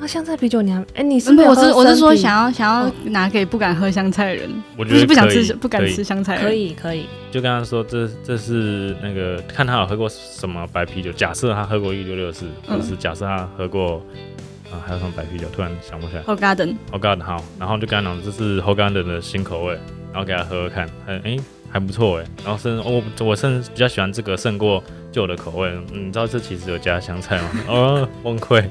[SPEAKER 2] 啊，香菜啤酒你还哎、你是
[SPEAKER 1] 不
[SPEAKER 2] 没
[SPEAKER 1] 是呃我
[SPEAKER 2] 有喝
[SPEAKER 1] 是我是说
[SPEAKER 2] 生啤
[SPEAKER 1] 想要想要
[SPEAKER 2] 哦
[SPEAKER 1] 拿给不敢喝香菜的人，
[SPEAKER 3] 我
[SPEAKER 1] 不
[SPEAKER 3] 觉得
[SPEAKER 1] 是不想
[SPEAKER 3] 可以
[SPEAKER 1] 吃不敢
[SPEAKER 3] 可以
[SPEAKER 1] 吃香菜的人
[SPEAKER 2] 可以可以
[SPEAKER 3] 就跟他说这这是那个看他有喝过什么白啤酒，假设他喝过一六六四，或
[SPEAKER 1] 嗯
[SPEAKER 3] 者是假设他喝过啊、还有什么白啤酒，突然想不起来。
[SPEAKER 1] 好 garden，
[SPEAKER 3] h o g a n 好，然后就跟他讲这是 h o g a n 的新口味，然后给他喝喝看，他哎、还不错哎，然后甚至、哦我我甚至比较喜欢这个胜过旧的口味，嗯你知道这其实有加香菜吗？哦，崩溃。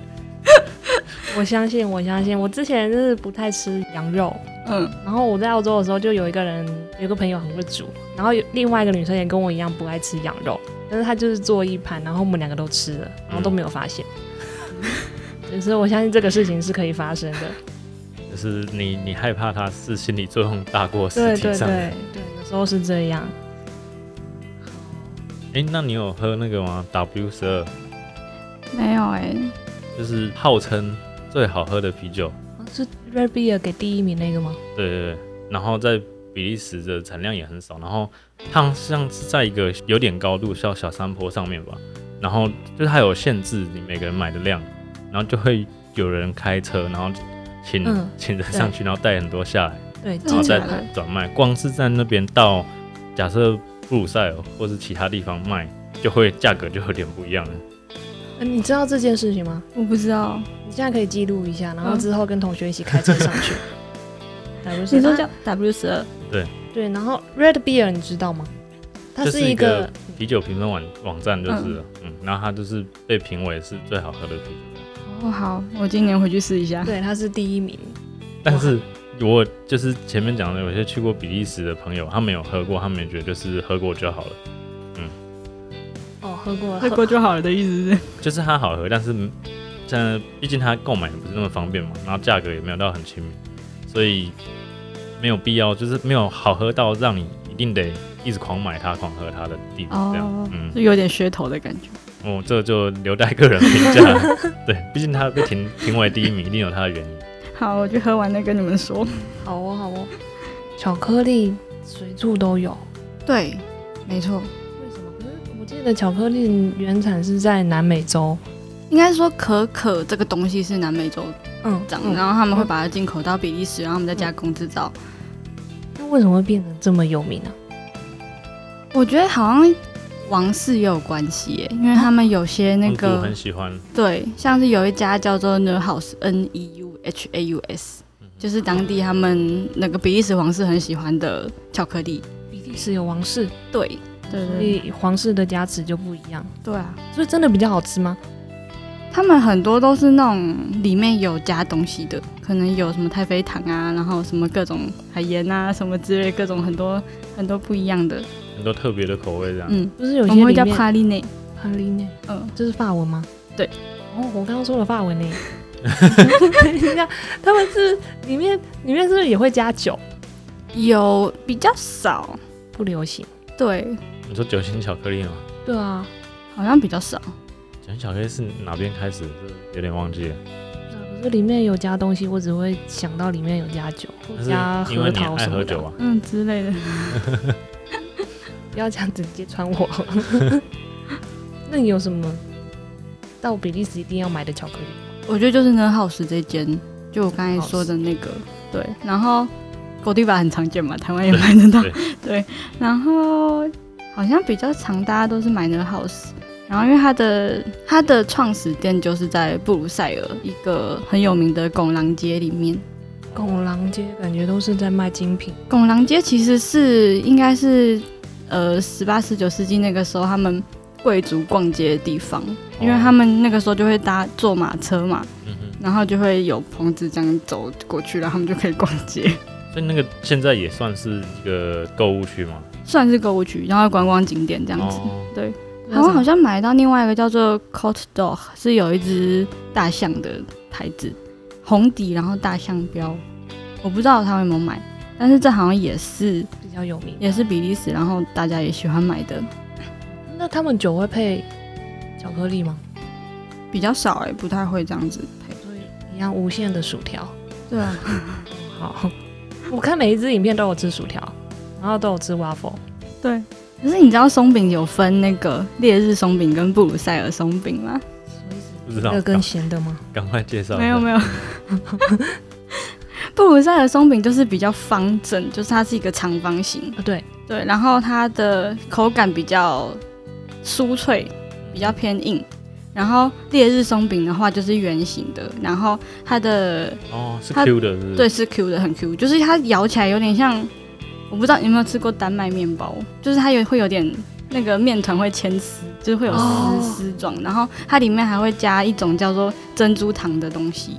[SPEAKER 2] 我相信我相信，我之前就是不太吃羊肉，
[SPEAKER 1] 嗯，
[SPEAKER 2] 然后我在澳洲的时候，就有一个人，有个朋友很会煮，然后有另外一个女生也跟我一样不爱吃羊肉，但是她就是做一盘，然后我们两个都吃了，然
[SPEAKER 1] 嗯
[SPEAKER 2] 后都没有发现。所以我相信这个事情是可以发生 的。
[SPEAKER 3] 就是你你害怕它是心理作用大过实
[SPEAKER 2] 对
[SPEAKER 3] 体
[SPEAKER 2] 对
[SPEAKER 3] 上的。
[SPEAKER 2] 对对，有时候是这样。
[SPEAKER 3] 哎、那你有喝那个吗？W 十二
[SPEAKER 1] 没有哎、
[SPEAKER 3] 就是号称最好喝的啤酒，
[SPEAKER 2] 哦是 Red Beer 给第一名那个吗？
[SPEAKER 3] 对对对。然后在比利时的产量也很少，然后它好像是在一个有点高度叫小山坡上面吧，然后就是它有限制你每个人买的量，然后就会有人开车，然后请、
[SPEAKER 2] 嗯
[SPEAKER 3] 请人上去，然后带很多下来。
[SPEAKER 2] 对，
[SPEAKER 1] 真
[SPEAKER 3] 然
[SPEAKER 2] 这
[SPEAKER 3] 后
[SPEAKER 1] 的
[SPEAKER 3] 再
[SPEAKER 1] 假的
[SPEAKER 3] 转卖。光是在那边到假设布鲁塞尔或是其他地方卖，就会价格就有点不一样了。
[SPEAKER 1] 嗯
[SPEAKER 2] 呃你知道这件事情吗？
[SPEAKER 1] 我不知道，
[SPEAKER 2] 你现在可以记录一下，然后
[SPEAKER 1] 嗯
[SPEAKER 2] 之后跟同学一起开车上 去。打不是
[SPEAKER 1] 你说
[SPEAKER 2] 啊
[SPEAKER 1] 叫 W 十二，
[SPEAKER 2] 对，然后 Red Beer 你知道吗？它
[SPEAKER 3] 就是是一
[SPEAKER 2] 个
[SPEAKER 3] 个啤酒评分网网站就是了，嗯然后它就是被评为是最好喝的啤酒，
[SPEAKER 1] 哦好，我今年回去试一下，
[SPEAKER 2] 对，它是第一名。
[SPEAKER 3] 但是。我就是前面讲的，有些去过比利时的朋友，他们有喝过，他们也觉得就是喝过就好了，
[SPEAKER 2] 哦，喝过了，
[SPEAKER 1] 喝过就好了的意思是，
[SPEAKER 3] 就是它好喝，但是像毕竟它购买也不是那么方便嘛，然后价格也没有到很亲民，所以没有必要，就是没有好喝到让你一定得一直狂买它、狂喝它的地步这样。
[SPEAKER 1] 哦
[SPEAKER 3] 嗯，
[SPEAKER 1] 就有点噱头的感觉，
[SPEAKER 3] 我这就留待个人评 价。对，毕竟它被评评为第一名，一定有它的原因。
[SPEAKER 1] 好，我去喝完再跟你们说，
[SPEAKER 2] 好哦，好哦。巧克力随处都有，
[SPEAKER 1] 对，没错，
[SPEAKER 2] 为什么？可是我记得巧克力原产是在南美洲，
[SPEAKER 1] 应该说可可这个东西是南美洲
[SPEAKER 2] 嗯，
[SPEAKER 1] 长，
[SPEAKER 2] 嗯
[SPEAKER 1] 然后他们会把它进口到比利时，然后他们再加工制造。
[SPEAKER 2] 那为什么会变成这么有名啊呢、
[SPEAKER 1] 我觉得好像王室也有关系耶，因为他们有些那
[SPEAKER 3] 公主
[SPEAKER 1] 个
[SPEAKER 3] 很喜欢，
[SPEAKER 1] 对，像是有一家叫做 Neuhaus N E U H A U S，就是当地他们那个比利时皇室很喜欢的巧克力。
[SPEAKER 2] 比利时有王室，
[SPEAKER 1] 对，对
[SPEAKER 2] 所
[SPEAKER 1] 对
[SPEAKER 2] 以皇室的加持就不一样，
[SPEAKER 1] 对啊，
[SPEAKER 2] 所以真的比较好吃吗？
[SPEAKER 1] 他们很多都是那种里面有加东西的，可能有什么太妃糖啊，然后什么各种海盐啊，什么之类，各种很多很多不一样的。
[SPEAKER 3] 很多特别的口味这样。
[SPEAKER 1] 嗯，
[SPEAKER 2] 不是有
[SPEAKER 1] 我
[SPEAKER 2] 些
[SPEAKER 1] 们会
[SPEAKER 2] 里
[SPEAKER 1] 叫
[SPEAKER 2] 面
[SPEAKER 1] 帕利内。
[SPEAKER 2] 帕利内，
[SPEAKER 1] 嗯，
[SPEAKER 2] 这是法文吗？
[SPEAKER 1] 对。
[SPEAKER 2] 哦，我刚刚说了法文呢。等一下， 他们是里面里面是不是也会加酒？
[SPEAKER 1] 有比较少，
[SPEAKER 2] 不流行。
[SPEAKER 1] 对，
[SPEAKER 3] 你说酒心巧克力吗？
[SPEAKER 2] 对啊，
[SPEAKER 1] 好像比较少。
[SPEAKER 3] 酒心巧克力是哪边开始的？这有点忘记了。
[SPEAKER 2] 可是里面有加东西，我只会想到里面有加酒，
[SPEAKER 3] 但
[SPEAKER 2] 加
[SPEAKER 3] 是因
[SPEAKER 2] 核
[SPEAKER 3] 为你
[SPEAKER 2] 桃
[SPEAKER 3] 爱
[SPEAKER 2] 什
[SPEAKER 3] 喝
[SPEAKER 2] 么
[SPEAKER 3] 酒
[SPEAKER 2] 的。
[SPEAKER 3] 啊，
[SPEAKER 1] 嗯之类的。
[SPEAKER 2] 不要这样子揭穿我。 那你有什么到比利时一定要买的巧克力？
[SPEAKER 1] 我觉得就是能好食这间，就我刚才说的那个，对。然后狗地吧很常见嘛，台湾也买得到，
[SPEAKER 3] 对
[SPEAKER 1] 对。然后好像比较常大家都是买能好食。然后因为它的它的创始店就是在布鲁塞尔一个很有名的拱廊街里面。
[SPEAKER 2] 拱廊街感觉都是在卖精品，
[SPEAKER 1] 拱廊街其实是应该是呃十八十九世纪那个时候他们贵族逛街的地方，因
[SPEAKER 3] 哦
[SPEAKER 1] 为他们那个时候就会搭坐马车嘛，
[SPEAKER 3] 嗯哼，
[SPEAKER 1] 然后就会有棚子这样走过去，然后他们就可以逛街，
[SPEAKER 3] 所以那个现在也算是一个购物区嘛。
[SPEAKER 1] 算是购物区，然后观光景点这样子。
[SPEAKER 3] 哦，
[SPEAKER 1] 台湾好像买到另外一个叫做 Cot Dog，是有一只大象的牌子，红底然后大象标，我不知道他们有没有买，但是这好像也是
[SPEAKER 2] 比较有名。
[SPEAKER 1] 也是比利时，然后大家也喜欢买的。
[SPEAKER 2] 那他们酒会配巧克力吗？
[SPEAKER 1] 比较少哎、不太会这样子配。
[SPEAKER 2] 所以一样无限的薯条。
[SPEAKER 1] 对啊，
[SPEAKER 2] 好，我看每一支影片都有吃薯条，然后都有吃 waffle。
[SPEAKER 1] 对。可是你知道松饼有分那个烈日松饼跟布鲁塞尔松饼吗？
[SPEAKER 3] 不知
[SPEAKER 2] 这
[SPEAKER 3] 道
[SPEAKER 2] 个，跟咸的吗？
[SPEAKER 3] 赶赶快介绍一下。
[SPEAKER 1] 没有没有。布鲁塞尔松饼就是比较方正，就是它是一个长方形，
[SPEAKER 2] 啊，对，
[SPEAKER 1] 对，然后它的口感比较酥脆，比较偏硬。然后烈日松饼的话就是圆形的，然后它的
[SPEAKER 3] 哦，是
[SPEAKER 1] 它
[SPEAKER 3] Q 的，是不是？
[SPEAKER 1] 对，是 Q 的，很 Q，就是它咬起来有点像，我不知道你有没有吃过丹麦面包，就是它有会有点那个面团会牵丝，就是会有
[SPEAKER 2] 哦
[SPEAKER 1] 丝丝状，然后它里面还会加一种叫做珍珠糖的东西，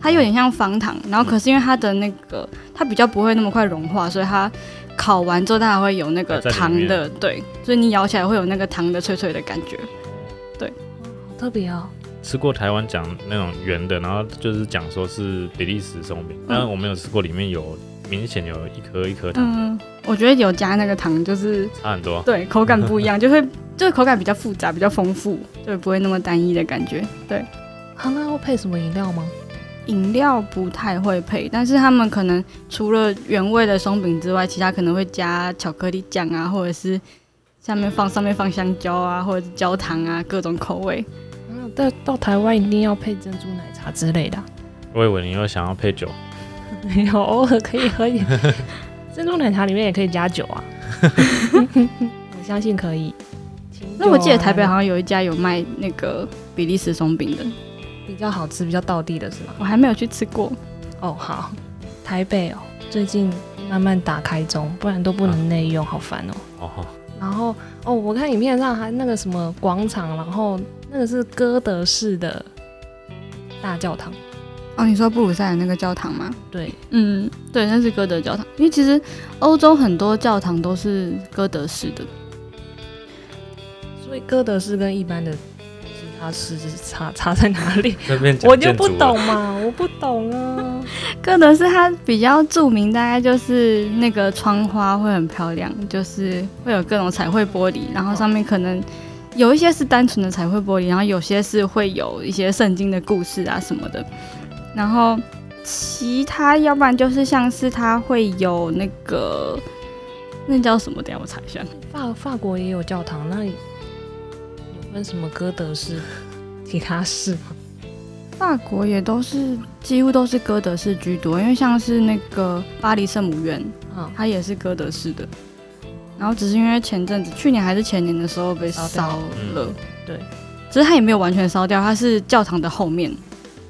[SPEAKER 1] 它有点像方糖，然后可是因为它的那个它比较不会那么快融化，所以它烤完之后它还会有那个
[SPEAKER 3] 还在里
[SPEAKER 1] 糖
[SPEAKER 3] 面
[SPEAKER 1] 的，对，所以你咬起来会有那个糖的脆脆的感觉。
[SPEAKER 2] 好特别哦。
[SPEAKER 3] 吃过台湾讲那种圆的，然后就是讲说是比利时松饼，但是我没有吃过，里面有明显有一颗一颗糖，
[SPEAKER 1] 嗯，我觉得有加那个糖就是
[SPEAKER 3] 差很多。
[SPEAKER 1] 对，口感不一样，就会就是口感比较复杂，比较丰富，对，不会那么单一的感觉。对，
[SPEAKER 2] 啊，那会配什么饮料吗？
[SPEAKER 1] 饮料不太会配，但是他们可能除了原味的松饼之外，其他可能会加巧克力酱啊，或者是下面放上面放香蕉啊，或者是焦糖啊，各种口味。
[SPEAKER 2] 啊，到到台湾一定要配珍珠奶茶之类的啊、
[SPEAKER 3] 我以为你又想要配酒，
[SPEAKER 2] 没有，偶尔可以喝一点。 珍珠奶茶里面也可以加酒啊，我相信可以。清
[SPEAKER 1] 那我记得
[SPEAKER 2] 酒啊
[SPEAKER 1] 台北好像有一家有卖那个比利时松饼的，
[SPEAKER 2] 比较好吃，比较道地的是吗？
[SPEAKER 1] 我还没有去吃过。
[SPEAKER 2] 哦，好，台北哦，最近慢慢打开中，不然都不能内用，好烦哦。
[SPEAKER 3] 哦，
[SPEAKER 2] 然后哦，我看影片上还那个什么广场，然后那个是哥德式的大教堂，
[SPEAKER 1] 哦，你说布鲁塞尔那个教堂吗？
[SPEAKER 2] 对，
[SPEAKER 1] 嗯，对，那是歌德教堂，因为其实欧洲很多教堂都是歌德式的。
[SPEAKER 2] 所以哥德式跟一般的其他式是差差在哪里？
[SPEAKER 3] 那边讲
[SPEAKER 2] 我就
[SPEAKER 3] 建
[SPEAKER 2] 不
[SPEAKER 3] 筑了啊
[SPEAKER 2] 懂嘛，我不懂啊。
[SPEAKER 1] 歌德式它比较著名，大概就是那个窗花会很漂亮，就是会有各种彩绘玻璃，然后上面可能有一些是单纯的彩绘玻璃，然后有些是会有一些圣经的故事啊什么的，然后其他要不然就是像是它会有那个那叫什么？等一下我查一下。
[SPEAKER 2] 法法国也有教堂，那里有分什么哥德式、其他市吗？
[SPEAKER 1] 法国也都是几乎都是哥德式居多，因为像是那个巴黎圣母院，
[SPEAKER 2] 嗯，
[SPEAKER 1] 它也是哥德式的。然后只是因为前阵子，去年还是前年的时候被
[SPEAKER 2] 烧嗯
[SPEAKER 1] 烧了，
[SPEAKER 2] 对，
[SPEAKER 1] 只是它也没有完全烧掉，它是教堂的后面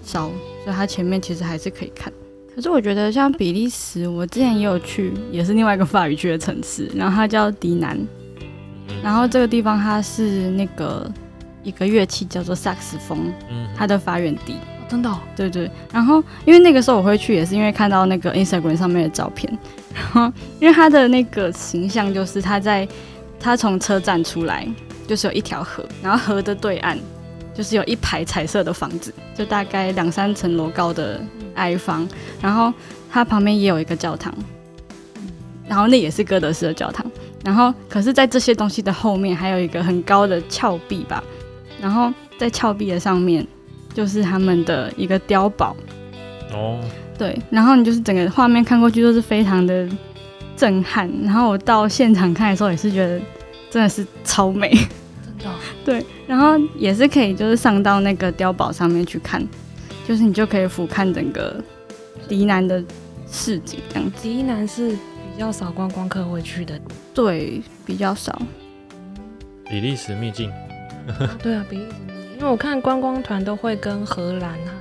[SPEAKER 1] 烧，所以它前面其实还是可以看。可是我觉得像比利时，我之前也有去，也是另外一个法语区的城市，然后它叫迪南，然后这个地方它是那个一个乐器叫做萨克斯风，
[SPEAKER 5] 嗯
[SPEAKER 1] 它的发源地。
[SPEAKER 2] 真的、哦
[SPEAKER 1] 对对，然后因为那个时候我会去，也是因为看到那个 Instagram 上面的照片，然后因为他的那个形象就是他在他从车站出来，就是有一条河，然后河的对岸就是有一排彩色的房子，就大概两三层楼高的矮房，然后它旁边也有一个教堂，然后那也是哥德式的教堂，然后可是，在这些东西的后面还有一个很高的峭壁吧，然后在峭壁的上面。就是他们的一个碉堡，
[SPEAKER 5] 哦，
[SPEAKER 1] 对，然后你就是整个画面看过去都是非常的震撼，然后我到现场看的时候也是觉得真的是超美，
[SPEAKER 2] 真的、哦
[SPEAKER 1] 对，然后也是可以就是上到那个碉堡上面去看，就是你就可以俯瞰整个迪南的市景这样子，
[SPEAKER 2] 迪南是比较少观光客会去 的，
[SPEAKER 1] 对，比较少，
[SPEAKER 5] 比利时秘境，
[SPEAKER 2] 啊对啊，比利时，因为我看观光团都会跟荷兰和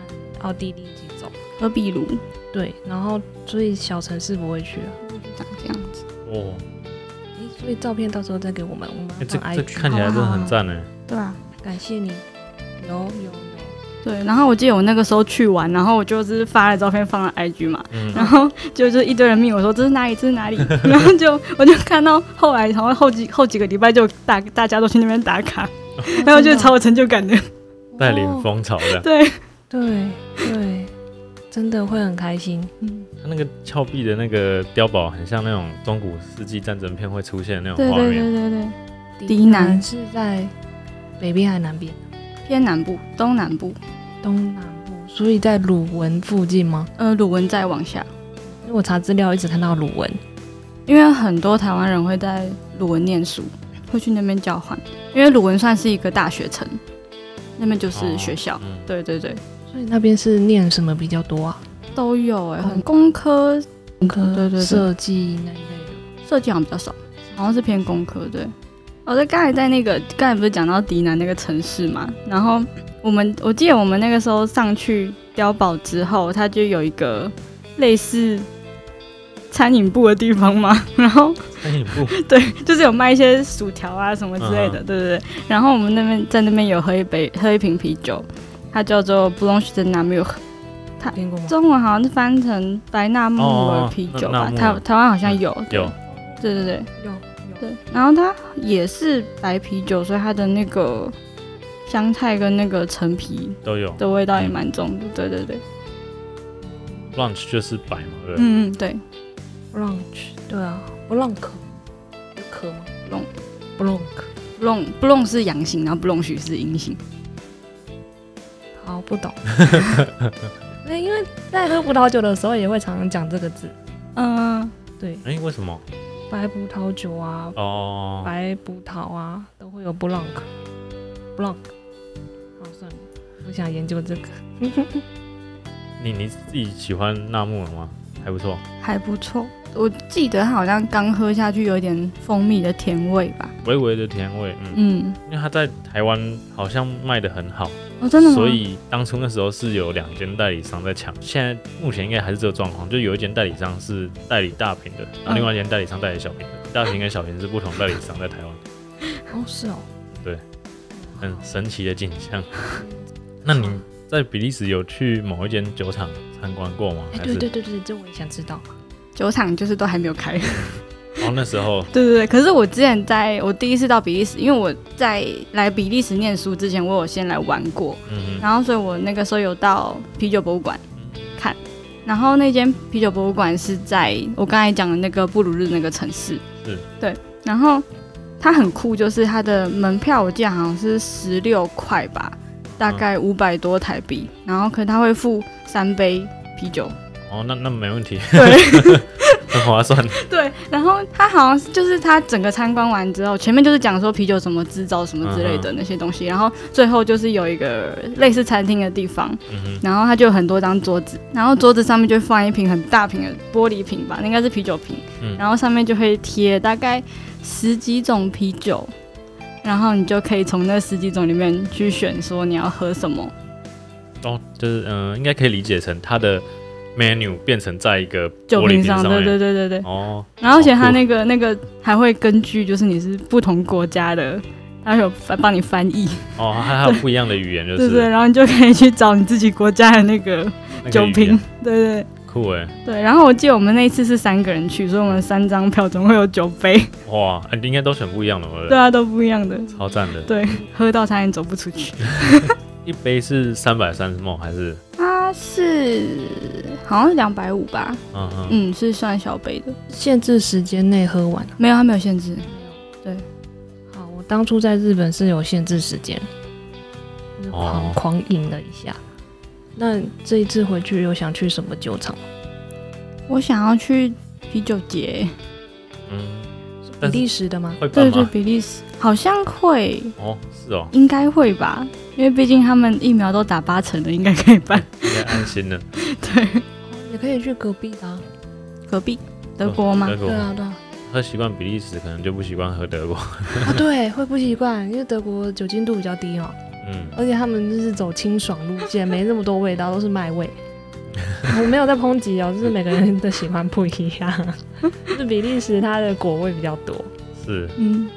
[SPEAKER 2] 奥地利一起走，
[SPEAKER 1] 和比如
[SPEAKER 2] 对，然后所以小城市不会去啊。
[SPEAKER 1] 长这样子，
[SPEAKER 5] 哦，
[SPEAKER 2] 诶所以照片到时候再给我们，我们
[SPEAKER 5] 欸这
[SPEAKER 2] 放
[SPEAKER 5] 这
[SPEAKER 2] IG。
[SPEAKER 5] 看起来真的很赞呢。
[SPEAKER 1] 对啊，
[SPEAKER 2] 感谢你，有有有，
[SPEAKER 1] 对，然后我记得我那个时候去玩，然后我就是发了照片放了 IG 嘛，
[SPEAKER 5] 嗯，
[SPEAKER 1] 然后就就一堆人命我说这是哪里，这是哪里，然后就我就看到后来，然后后几后几个礼拜就大大家都去那边打卡，然后就
[SPEAKER 2] 哦
[SPEAKER 1] 超有成就感的。
[SPEAKER 5] 带领风潮的，
[SPEAKER 1] 对，
[SPEAKER 2] 对对，真的会很开心。
[SPEAKER 5] 它那个峭壁的那个碉堡，很像那种中古世纪战争片会出现的那
[SPEAKER 1] 对
[SPEAKER 5] 种画
[SPEAKER 1] 对
[SPEAKER 5] 面。
[SPEAKER 1] 对对对，
[SPEAKER 2] 迪
[SPEAKER 1] 迪南
[SPEAKER 2] 是在北边还是南边？
[SPEAKER 1] 偏南部、东南部，
[SPEAKER 2] 东南部，所以在鲁文附近吗？
[SPEAKER 1] 呃，鲁文再往下，
[SPEAKER 2] 因为我查资料一直看到鲁文，
[SPEAKER 1] 因为很多台湾人会在鲁文念书，会去那边交换，因为鲁文算是一个大学城，那边
[SPEAKER 3] 哦
[SPEAKER 1] 就是学校。
[SPEAKER 5] 嗯，
[SPEAKER 1] 对对对，
[SPEAKER 2] 所以那边是念什么比较多啊？
[SPEAKER 1] 都有哎、
[SPEAKER 2] 哦
[SPEAKER 1] 很工科
[SPEAKER 2] 文科、
[SPEAKER 1] 对对对
[SPEAKER 2] 设计那一类的。
[SPEAKER 1] 设计好像比较少，好像是偏工科对。我在刚才在那个刚才不是讲到迪南那个城市嘛，然后我们我记得我们那个时候上去碉堡之后，它就有一个类似餐饮部的地方嘛， 然后
[SPEAKER 5] 餐饮 部，
[SPEAKER 1] 对，就是有卖一些薯条啊什么之
[SPEAKER 5] 嗯
[SPEAKER 1] 类的，对对对。然后我们那边在那边有喝一杯喝一瓶啤酒，它叫做 Blanche de Namur，
[SPEAKER 2] 听过吗？
[SPEAKER 1] 中文好像是翻成白纳木
[SPEAKER 5] 哦哦
[SPEAKER 1] 尔
[SPEAKER 5] 哦
[SPEAKER 1] 啤酒
[SPEAKER 5] 纳纳
[SPEAKER 1] 吧，
[SPEAKER 5] 木
[SPEAKER 1] 台
[SPEAKER 5] 尔
[SPEAKER 1] 台湾好像有，对
[SPEAKER 5] 有，
[SPEAKER 1] 对对对。
[SPEAKER 2] 有
[SPEAKER 1] 对，然后它也是白啤酒，所以它的那个香菜跟那个陈皮
[SPEAKER 5] 都有。
[SPEAKER 1] 的味道也蛮重的。对对对，
[SPEAKER 5] lunch 就是摆嘛，对不对？
[SPEAKER 1] 嗯嗯对，
[SPEAKER 2] ，brunch，对啊，brunch，有可吗
[SPEAKER 1] Blanc
[SPEAKER 2] ？brunch，
[SPEAKER 1] 不弄不弄是阳性，然后不弄许是阴性。
[SPEAKER 2] 好不懂。 那因为在喝葡萄酒的时候也会常常讲这个字，
[SPEAKER 1] 嗯、
[SPEAKER 2] 对，
[SPEAKER 5] 哎，为什么？
[SPEAKER 2] 白葡萄酒啊，
[SPEAKER 5] 哦，
[SPEAKER 2] 白葡萄啊，都会有 blanc，blanc。好，算了，不想研究这个。
[SPEAKER 5] 你你自己喜欢纳木尔吗？还不错，
[SPEAKER 1] 还不错。我记得它好像刚喝下去有点蜂蜜的甜味吧？
[SPEAKER 5] 微微的甜味，嗯，
[SPEAKER 1] 嗯，
[SPEAKER 5] 因为它在台湾好像卖的很好，
[SPEAKER 1] 哦，真的吗？
[SPEAKER 5] 所以当初那时候是有两间代理商在抢，现在目前应该还是这个状况，就有一间代理商是代理大瓶的，然后另外一间代理商代理小瓶的，
[SPEAKER 1] 嗯
[SPEAKER 5] 大瓶跟小瓶是不同代理商在 台湾，
[SPEAKER 2] 哦，是哦，
[SPEAKER 5] 很神奇的景象。那你在比利时有去某一间酒厂参观过吗？
[SPEAKER 2] 哎，
[SPEAKER 5] 还
[SPEAKER 2] 对
[SPEAKER 5] 是
[SPEAKER 2] 对对对，这我也想知道。
[SPEAKER 1] 酒厂就是都还没有开。
[SPEAKER 3] 哦
[SPEAKER 5] 然后那时候
[SPEAKER 1] 对对对，可是我之前在我第一次到比利时，因为我在来比利时念书之前，我有先来玩过，
[SPEAKER 5] 嗯嗯
[SPEAKER 1] 然后所以我那个时候有到啤酒博物馆看，然后那间啤酒博物馆是在我刚才讲的那个布鲁日那个城市，
[SPEAKER 5] 是，
[SPEAKER 1] 对，然后它很酷，就是它的门票我记得好像是十六块吧，大概五百多台币，然后可它会付三杯啤酒，
[SPEAKER 3] 哦，那那没问题，
[SPEAKER 1] 对。
[SPEAKER 3] 很划算。
[SPEAKER 1] 对，然后他好像是就是他整个参观完之后，前面就是讲说啤酒怎么制造什么之类的那些东西，然后最后就是有一个类似餐厅的地方，
[SPEAKER 3] 嗯哼，
[SPEAKER 1] 然后他就有很多张桌子，然后桌子上面就会放一瓶很大瓶的玻璃瓶吧，那应该是啤酒瓶，
[SPEAKER 3] 嗯
[SPEAKER 1] 然后上面就会贴大概十几种啤酒，然后你就可以从那十几种里面去选说你要喝什么。
[SPEAKER 3] 哦，就是嗯、呃应该可以理解成它的 menu 变成在一个
[SPEAKER 1] 酒
[SPEAKER 3] 玻璃瓶
[SPEAKER 1] 上，
[SPEAKER 3] 上
[SPEAKER 1] 对
[SPEAKER 3] 面。
[SPEAKER 1] 对对对对，
[SPEAKER 3] 哦，
[SPEAKER 1] 然后而且
[SPEAKER 3] 好
[SPEAKER 1] 它
[SPEAKER 3] 酷
[SPEAKER 1] 那个那个还会根据就是你是不同国家的，它有翻帮你翻译，
[SPEAKER 3] 哦，它还有不一样的语言，就
[SPEAKER 1] 对对，
[SPEAKER 3] 是
[SPEAKER 1] 然后你就可以去找你自己国家的那个
[SPEAKER 3] 那个
[SPEAKER 1] 酒
[SPEAKER 3] 语
[SPEAKER 1] 瓶
[SPEAKER 3] 言，
[SPEAKER 1] 对对
[SPEAKER 3] 酷哎，
[SPEAKER 1] 对。然后我记得我们那一次是三个人去，所以我们三张票总会有酒杯，
[SPEAKER 3] 哇，啊你应该都选不一样的，对不
[SPEAKER 1] 对
[SPEAKER 3] 对？
[SPEAKER 1] 啊，都不一样的，
[SPEAKER 3] 超赞的，
[SPEAKER 1] 对，喝到差点走不出去。
[SPEAKER 3] 一杯是三百三十梦还是？
[SPEAKER 1] 它是好像是两百五吧，
[SPEAKER 3] 嗯嗯，
[SPEAKER 1] 嗯，是算小杯的，
[SPEAKER 2] 限制时间内喝完。
[SPEAKER 1] 没有，它没有限制，
[SPEAKER 2] 好，我当初在日本是有限制时间，就是狂、
[SPEAKER 3] 哦
[SPEAKER 2] 狂饮了一下。那这一次回去有想去什么酒厂？
[SPEAKER 1] 我想要去啤酒节，
[SPEAKER 3] 嗯，
[SPEAKER 2] 是比
[SPEAKER 3] 但是
[SPEAKER 2] 利时的吗？
[SPEAKER 3] 会
[SPEAKER 1] 对
[SPEAKER 3] 办
[SPEAKER 1] 对，
[SPEAKER 3] 吗？
[SPEAKER 1] 比利时好像会。
[SPEAKER 3] 哦，是哦，
[SPEAKER 1] 应该会吧，因为毕竟他们疫苗都打八成了，应该可以办。
[SPEAKER 3] 应该安 心了。
[SPEAKER 1] 对，
[SPEAKER 2] 也可以去隔壁的、啊。
[SPEAKER 1] 隔壁德国吗
[SPEAKER 3] 德？国
[SPEAKER 2] 对啊，对啊，
[SPEAKER 3] 喝习惯比利时，可能就不习惯喝德国。
[SPEAKER 2] 啊对，会不习惯，因为德国酒精度比较低哦，
[SPEAKER 3] 嗯，
[SPEAKER 2] 而且他们就是走清爽路线，没那么多味道，都是麦味。 我没有在抨击哦，就是每个人的喜欢不一样。 就是比利时它的果味比较多，
[SPEAKER 3] 是
[SPEAKER 1] 嗯，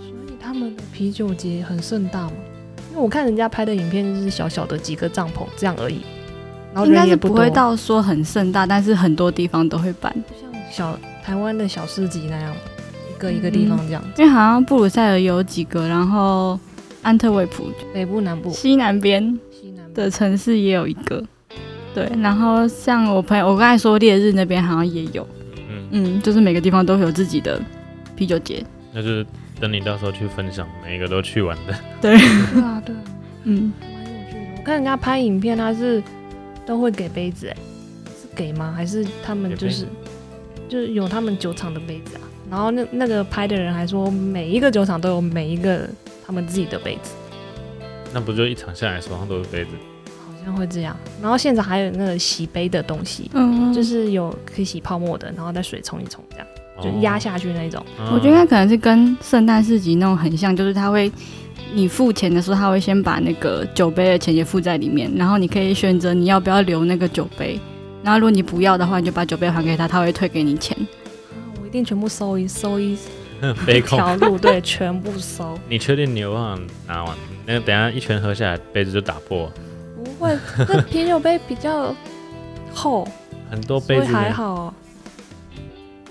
[SPEAKER 2] 所以他们的啤酒节很盛大嘛。因为我看人家拍的影片，就是小小的几个帐篷这样而已，然后
[SPEAKER 1] 应
[SPEAKER 2] 人
[SPEAKER 1] 该
[SPEAKER 2] 也
[SPEAKER 1] 是
[SPEAKER 2] 不
[SPEAKER 1] 不
[SPEAKER 2] 多
[SPEAKER 1] 会到说很盛大，但是很多地方都会办，
[SPEAKER 2] 像小台湾的小市集那样，一个一个地方这样，
[SPEAKER 1] 因为好像布鲁塞尔有几个，然后安特卫普
[SPEAKER 2] 北部、南部、
[SPEAKER 1] 西南边
[SPEAKER 2] 西南部。
[SPEAKER 1] 的城市也有一个。对，然后像我朋友，我刚才说烈日那边好像也有，
[SPEAKER 3] 嗯，
[SPEAKER 1] 嗯，就是每个地方都会有自己的啤酒节，
[SPEAKER 3] 那就是等你到时候去分享每一个都去玩的。
[SPEAKER 2] 对啊，对啊，
[SPEAKER 1] 嗯，
[SPEAKER 2] 蛮有趣的。我看人家拍影片，他是都会给杯子、欸，是给吗？还是他们就是就是有他们酒厂的杯子啊？然后那那个拍的人还说，每一个酒厂都有每一个他们自己的杯子，
[SPEAKER 3] 那不就一场下来手上都是杯子？
[SPEAKER 2] 好像会这样。然后现场还有那个洗杯的东西，
[SPEAKER 1] 嗯，
[SPEAKER 2] 就
[SPEAKER 1] 就是
[SPEAKER 2] 是有可以洗泡沫的，然后再水冲一冲，这样就压下去那种。
[SPEAKER 3] 哦。
[SPEAKER 1] 我觉得它可能是跟圣诞市集那种很像，就是他会，你付钱的时候，他会先把那个酒杯的钱也付在里面，然后你可以选择你要不要留那个酒杯，然后如果你不要的话，你就把酒杯还给他，他会退给你钱。
[SPEAKER 2] 啊我一定全部搜一搜一
[SPEAKER 3] 嗯杯控，
[SPEAKER 2] 条路， 对，全部搜。
[SPEAKER 3] 你确定你有办法拿完？那个等一下一拳喝下来，杯子就打破了，
[SPEAKER 2] 不会， 那啤酒杯比较厚，
[SPEAKER 3] 很多
[SPEAKER 2] 所
[SPEAKER 3] 杯
[SPEAKER 2] 以
[SPEAKER 3] 子
[SPEAKER 2] 还
[SPEAKER 3] 呢
[SPEAKER 2] 好啊。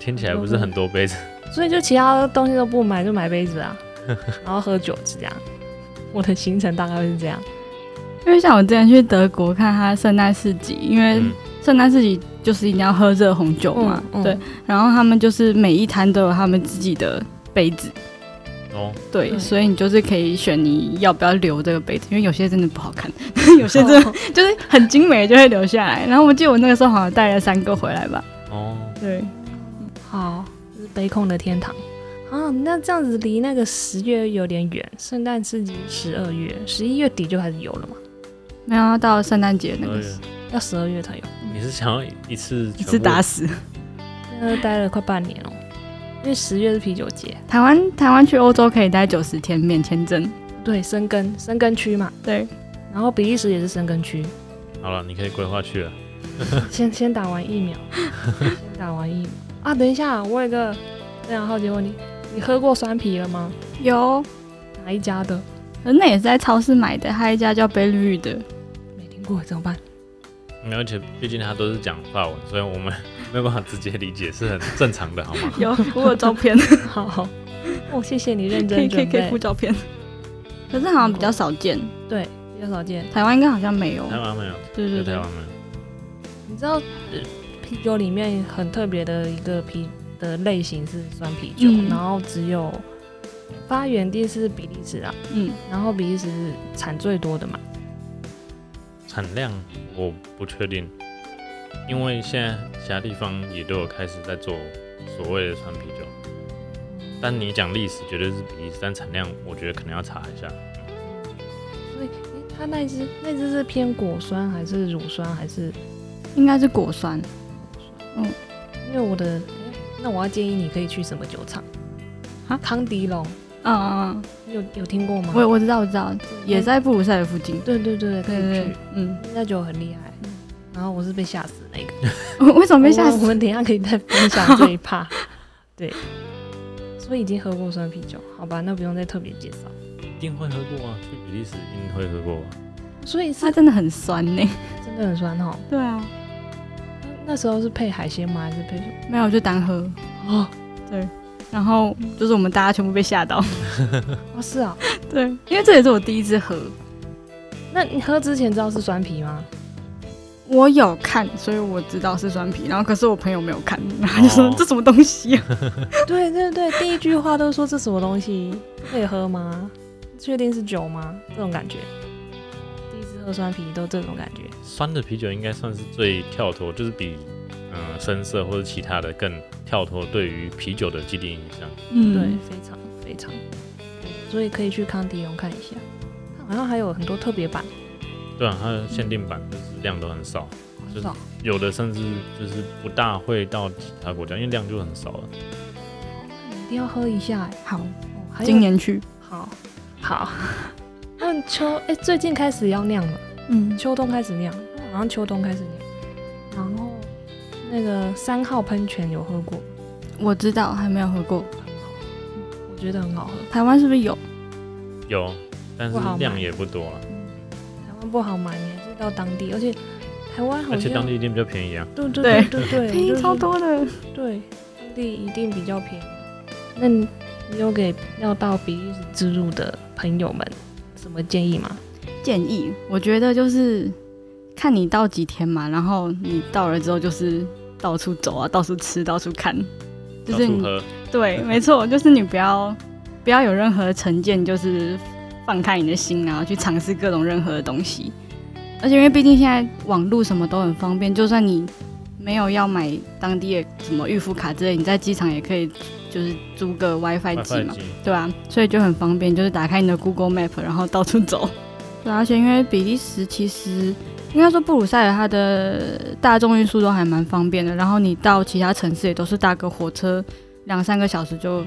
[SPEAKER 3] 听起来不是很多杯子，
[SPEAKER 2] 所以就其他东西都不买，就买杯子 啊，然后喝酒这样。我的行程大概会是这样，
[SPEAKER 1] 因为像我之前去德国看他圣诞市集，因为
[SPEAKER 3] 嗯
[SPEAKER 1] 圣诞市集就是一定要喝热红酒嘛，
[SPEAKER 2] 嗯嗯
[SPEAKER 1] 对，然后他们就是每一摊都有他们自己的杯子，
[SPEAKER 3] 哦，
[SPEAKER 1] 对，
[SPEAKER 2] 对
[SPEAKER 1] 所以你就是可以选你要不要留这个杯子，因为有些真的不好看， 有些 真的
[SPEAKER 2] 哦
[SPEAKER 1] 就是很精美就会留下来。然后我记得我那个时候好像带了三个回来吧。
[SPEAKER 3] 哦，
[SPEAKER 1] 对，
[SPEAKER 2] 好，这是杯控的天堂啊。那这样子离那个十月有点远，圣诞市集十二月、十一月底就开始有了嘛，
[SPEAKER 1] 没有要到圣诞节那
[SPEAKER 3] 哎
[SPEAKER 1] 个
[SPEAKER 3] 呀
[SPEAKER 1] 时
[SPEAKER 2] 要十二月才有，
[SPEAKER 3] 你是想要一次
[SPEAKER 1] 一
[SPEAKER 3] 全
[SPEAKER 1] 次
[SPEAKER 3] 部
[SPEAKER 1] 打死。
[SPEAKER 2] 那待了快半年哦。因为十月是啤酒节，
[SPEAKER 1] 台湾台湾去欧洲可以待九十天免签证。
[SPEAKER 2] 对，深根深根区嘛，
[SPEAKER 1] 对，
[SPEAKER 2] 然后比利时也是深根区，
[SPEAKER 3] 好了，你可以规划去了。
[SPEAKER 2] 先先打完疫苗，先打完疫苗啊！等一下，我有一个非常好奇的问题，你喝过酸啤了吗？
[SPEAKER 1] 有，
[SPEAKER 2] 哪一家的？
[SPEAKER 1] 可是那也是在超市买的，还有一家叫贝绿的。
[SPEAKER 2] 没听过怎么办？
[SPEAKER 3] 嗯而且毕竟他都是讲法文，所以我们 没有办法直接理解，是很正常的，好 吗？
[SPEAKER 1] 有，我有照 片，
[SPEAKER 2] 好，哦，谢谢你认
[SPEAKER 1] 可以
[SPEAKER 2] 真
[SPEAKER 1] 可以
[SPEAKER 2] 准
[SPEAKER 1] 可以
[SPEAKER 2] 备
[SPEAKER 1] 附，照片。可是好像比较少见，
[SPEAKER 2] 比较少见。
[SPEAKER 1] 台湾应该好像没有。
[SPEAKER 3] 台湾没有，
[SPEAKER 1] 对对
[SPEAKER 3] 就
[SPEAKER 1] 对
[SPEAKER 3] 台，湾没有。
[SPEAKER 2] 你知道、呃啤酒里面很特别的一个啤的类型是酸啤酒，
[SPEAKER 1] 嗯
[SPEAKER 2] 然后只有发源地是比利时啊，
[SPEAKER 1] 嗯，
[SPEAKER 2] 然后比利时是产最多的嘛，
[SPEAKER 3] 产量我不确定，因为现在其他地方也都有开始在做所谓的酸啤酒，但你讲历史绝对是比利时，但产量我觉得可能要查一下。
[SPEAKER 2] 所以，诶它那只那只是偏果酸还是乳酸还是？
[SPEAKER 1] 应该是果酸。
[SPEAKER 2] 因为我的，诶那我要建议你可以去什么酒厂
[SPEAKER 1] 啊？
[SPEAKER 2] 康迪龙，
[SPEAKER 1] 嗯嗯
[SPEAKER 2] 你有有听过吗
[SPEAKER 1] 嗯，？我我知道我知道，也在布鲁塞尔附近。
[SPEAKER 2] 对对对，可
[SPEAKER 1] 对对
[SPEAKER 2] 以
[SPEAKER 1] 嗯
[SPEAKER 2] 去
[SPEAKER 1] 对，，嗯，
[SPEAKER 2] 那家酒很厉害。然后我是被吓死那个，
[SPEAKER 1] 为什么被吓
[SPEAKER 2] 哦我我
[SPEAKER 1] 死？
[SPEAKER 2] 们等一下可以再分享这一 趴。对，所以已经喝过酸啤酒，好吧，那不用再特别介绍。
[SPEAKER 3] 一定会喝过啊，去比利时一定会喝过啊。
[SPEAKER 2] 所以
[SPEAKER 1] 它
[SPEAKER 2] 是
[SPEAKER 1] 真的很酸呢、
[SPEAKER 2] 真的很酸哈。
[SPEAKER 1] 对啊，
[SPEAKER 2] 那那时候是配海鲜吗？还是配什么？
[SPEAKER 1] 没有就单喝，
[SPEAKER 2] 哦，
[SPEAKER 1] 然后就是我们大家全部被吓到。
[SPEAKER 2] 哦是啊。
[SPEAKER 1] 对，因为这也是我第一次喝，
[SPEAKER 2] 那你喝之前知道是酸啤吗？
[SPEAKER 1] 我有看，所以我知道是酸啤。然后可是我朋友没有 看，然后就说、
[SPEAKER 3] 哦
[SPEAKER 1] 这什么东西 啊？
[SPEAKER 2] 对对对，第一句话都说这什么东西，可以喝吗？确定是酒吗？这种感觉，第一次喝酸啤都这种感觉。
[SPEAKER 3] 酸的啤酒应该算是最跳脱，就是比嗯、呃深色或者其他的更跳脱对于啤酒的既定印象。
[SPEAKER 1] 嗯
[SPEAKER 2] 对，非常非常，所以可以去康迪龙看一下，它好像还有很多特别版，
[SPEAKER 3] 对啊，它的限定版就是量都很少，就是
[SPEAKER 2] 是哦
[SPEAKER 3] 有的甚至就是不大会到其他国家，因为量就很少了。
[SPEAKER 2] 一定要喝一下哎。
[SPEAKER 1] 好，
[SPEAKER 2] 哦还有
[SPEAKER 1] 今年去，
[SPEAKER 2] 好好， 那秋哎、最近开始要酿了，
[SPEAKER 1] 嗯，
[SPEAKER 2] 秋冬开始酿，好像秋冬开始酿。然后那个三号喷泉有喝过，
[SPEAKER 1] 我知道还没有喝过，
[SPEAKER 2] 很好，我觉得很好喝。
[SPEAKER 1] 台湾是不是有？
[SPEAKER 3] 有，但是
[SPEAKER 2] 不好买
[SPEAKER 3] 量也不多啊，
[SPEAKER 2] 台湾不好买，你还是到当地，而且台湾
[SPEAKER 1] 哦
[SPEAKER 2] 好
[SPEAKER 3] 而且
[SPEAKER 2] 像
[SPEAKER 3] 当地一定比较便宜啊。
[SPEAKER 2] 对对 对对对，
[SPEAKER 1] 便宜
[SPEAKER 2] 就是
[SPEAKER 1] 超多的。
[SPEAKER 2] 对，当地一定比较便宜。那你你有给要到比利时之路的朋友们什么建议吗？
[SPEAKER 1] 建议，我觉得就是看你到几天嘛，然后你到了之后就是到处走啊，到处吃，到处看，就
[SPEAKER 3] 到
[SPEAKER 1] 是
[SPEAKER 3] 处
[SPEAKER 1] 你
[SPEAKER 3] 喝，
[SPEAKER 1] 对，没错，就是你不要不要有任何成见，就是放开你的心，然后去尝试各种任何的东西。而且因为毕竟现在网络什么都很方便，就算你没有要买当地的什么预付卡之类，你在机场也可以就是租个 WiFi
[SPEAKER 3] 麦
[SPEAKER 1] 机
[SPEAKER 3] 饭
[SPEAKER 1] 嘛，
[SPEAKER 3] 机
[SPEAKER 1] 对啊，所以就很方便，就是打开你的 Google Map，然后到处走。 对啊，而且因为比利时其实应该说布鲁塞尔它的大众运输都还蛮方便的，然后你到其他城市也都是搭个火车两三个小时就，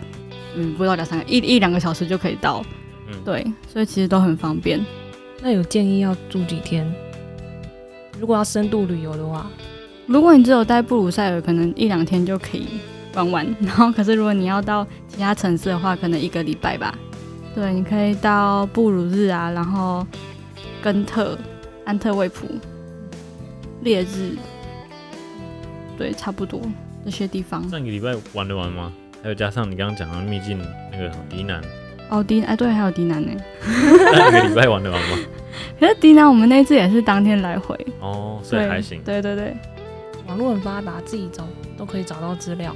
[SPEAKER 1] 嗯，不到两三个一一两个小时就可以到。
[SPEAKER 3] 嗯，
[SPEAKER 1] 对，所以其实都很方便。
[SPEAKER 2] 那有建议要住几天？如果要深度旅游的话，
[SPEAKER 1] 如果你只有待布鲁塞尔，可能一两天就可以玩玩。然后，可是如果你要到其他城市的话，可能一个礼拜吧。对，你可以到布鲁日啊，然后根特、安特卫普、烈日，对，差不多这些地方。
[SPEAKER 3] 上个礼拜玩得完吗？还有加上你刚刚讲到秘境那个迪南，
[SPEAKER 1] 哦，迪哎，对，还有迪南呢。
[SPEAKER 3] 那一个礼拜玩得完 吗？
[SPEAKER 1] 可是迪南我们那次也是当天来回，
[SPEAKER 3] 哦，所以还行。
[SPEAKER 1] 对对对，
[SPEAKER 2] 网络很发达，自己找都可以找到资料。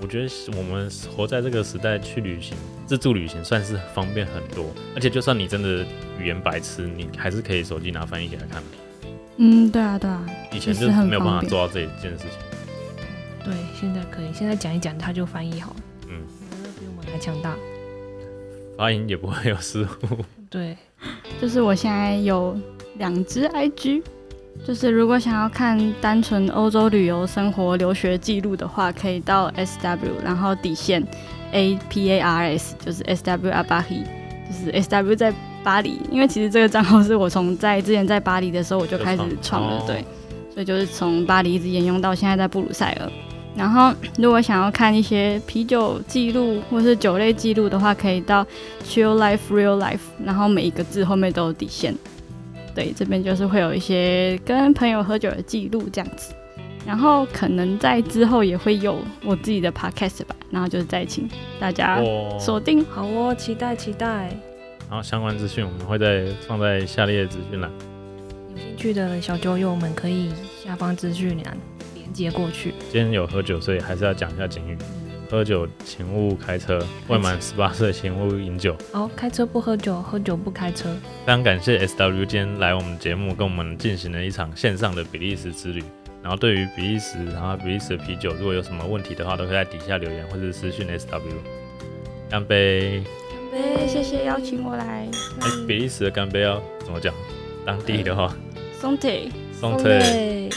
[SPEAKER 3] 我觉得我们活在这个时代，去旅行、自助旅行算是方便很多，而且就算你真的语言白痴，你还是可以手机拿翻译给他看。
[SPEAKER 1] 嗯，对啊对啊，
[SPEAKER 3] 以前就
[SPEAKER 1] 其实很
[SPEAKER 3] 没有办
[SPEAKER 1] 方
[SPEAKER 3] 法
[SPEAKER 1] 便
[SPEAKER 3] 做到这一件事情。
[SPEAKER 2] 对，现在可以，现在讲一讲它就翻译好了。
[SPEAKER 3] 嗯，
[SPEAKER 2] 比我们还强大。
[SPEAKER 3] 发音也不会有失误。
[SPEAKER 2] 对，
[SPEAKER 1] 就是我现在有两只 IG，就是如果想要看单纯欧洲旅游、生活、留学记录的话，可以到 SW，然后底线 A P A R S，就是 S W 阿巴黑，就是 S W 在巴黎。因为其实这个账号是我从在之前在巴黎的时候我就开始创了
[SPEAKER 3] 就创，
[SPEAKER 1] 对
[SPEAKER 3] 哦，
[SPEAKER 1] 所以就是从巴黎一直沿用到现在在布鲁塞尔。然后，如果想要看一些啤酒记录或是酒类记录的话，可以到 Chill Life Real Life，然后每一个字后面都有底线。对，这边就是会有一些跟朋友喝酒的记录这样子，然后可能在之后也会有我自己的 podcast 吧，然后就是再请大家
[SPEAKER 3] 哦
[SPEAKER 1] 锁定。
[SPEAKER 2] 好哦，期待期待。
[SPEAKER 3] 然后相关资讯我们会在放在下列资讯栏。
[SPEAKER 2] 有兴趣的小酒友们可以下方资讯栏连接过去。
[SPEAKER 3] 今天有喝酒，所以还是要讲一下警语：喝酒请勿开车，未满十八岁请勿饮酒。
[SPEAKER 2] 好，开车不喝酒，喝酒不开车。
[SPEAKER 3] 非常感谢 S W 今天来我们节目，跟我们进行了一场线上的比利时之旅。然后对于比利时，然后比利时的啤酒，如果有什么问题的话，都可以在底下留言或者私讯 SW。干杯！
[SPEAKER 1] 哎，谢谢邀请我来。
[SPEAKER 3] 哎、比利时的干杯要怎么讲？当地的话，
[SPEAKER 1] 松腿，
[SPEAKER 3] 嗯送退。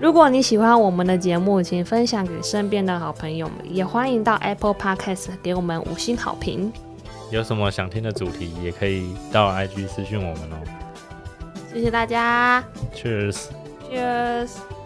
[SPEAKER 2] 如果你喜欢我们的节目，请分享给身边的好朋友们，也欢迎到 Apple Podcast 给我们五星好评。
[SPEAKER 3] 有什么想听的主题，也可以到 IG 私讯我们哦。
[SPEAKER 2] 谢谢大家
[SPEAKER 3] Cheers！
[SPEAKER 2] ，Cheers。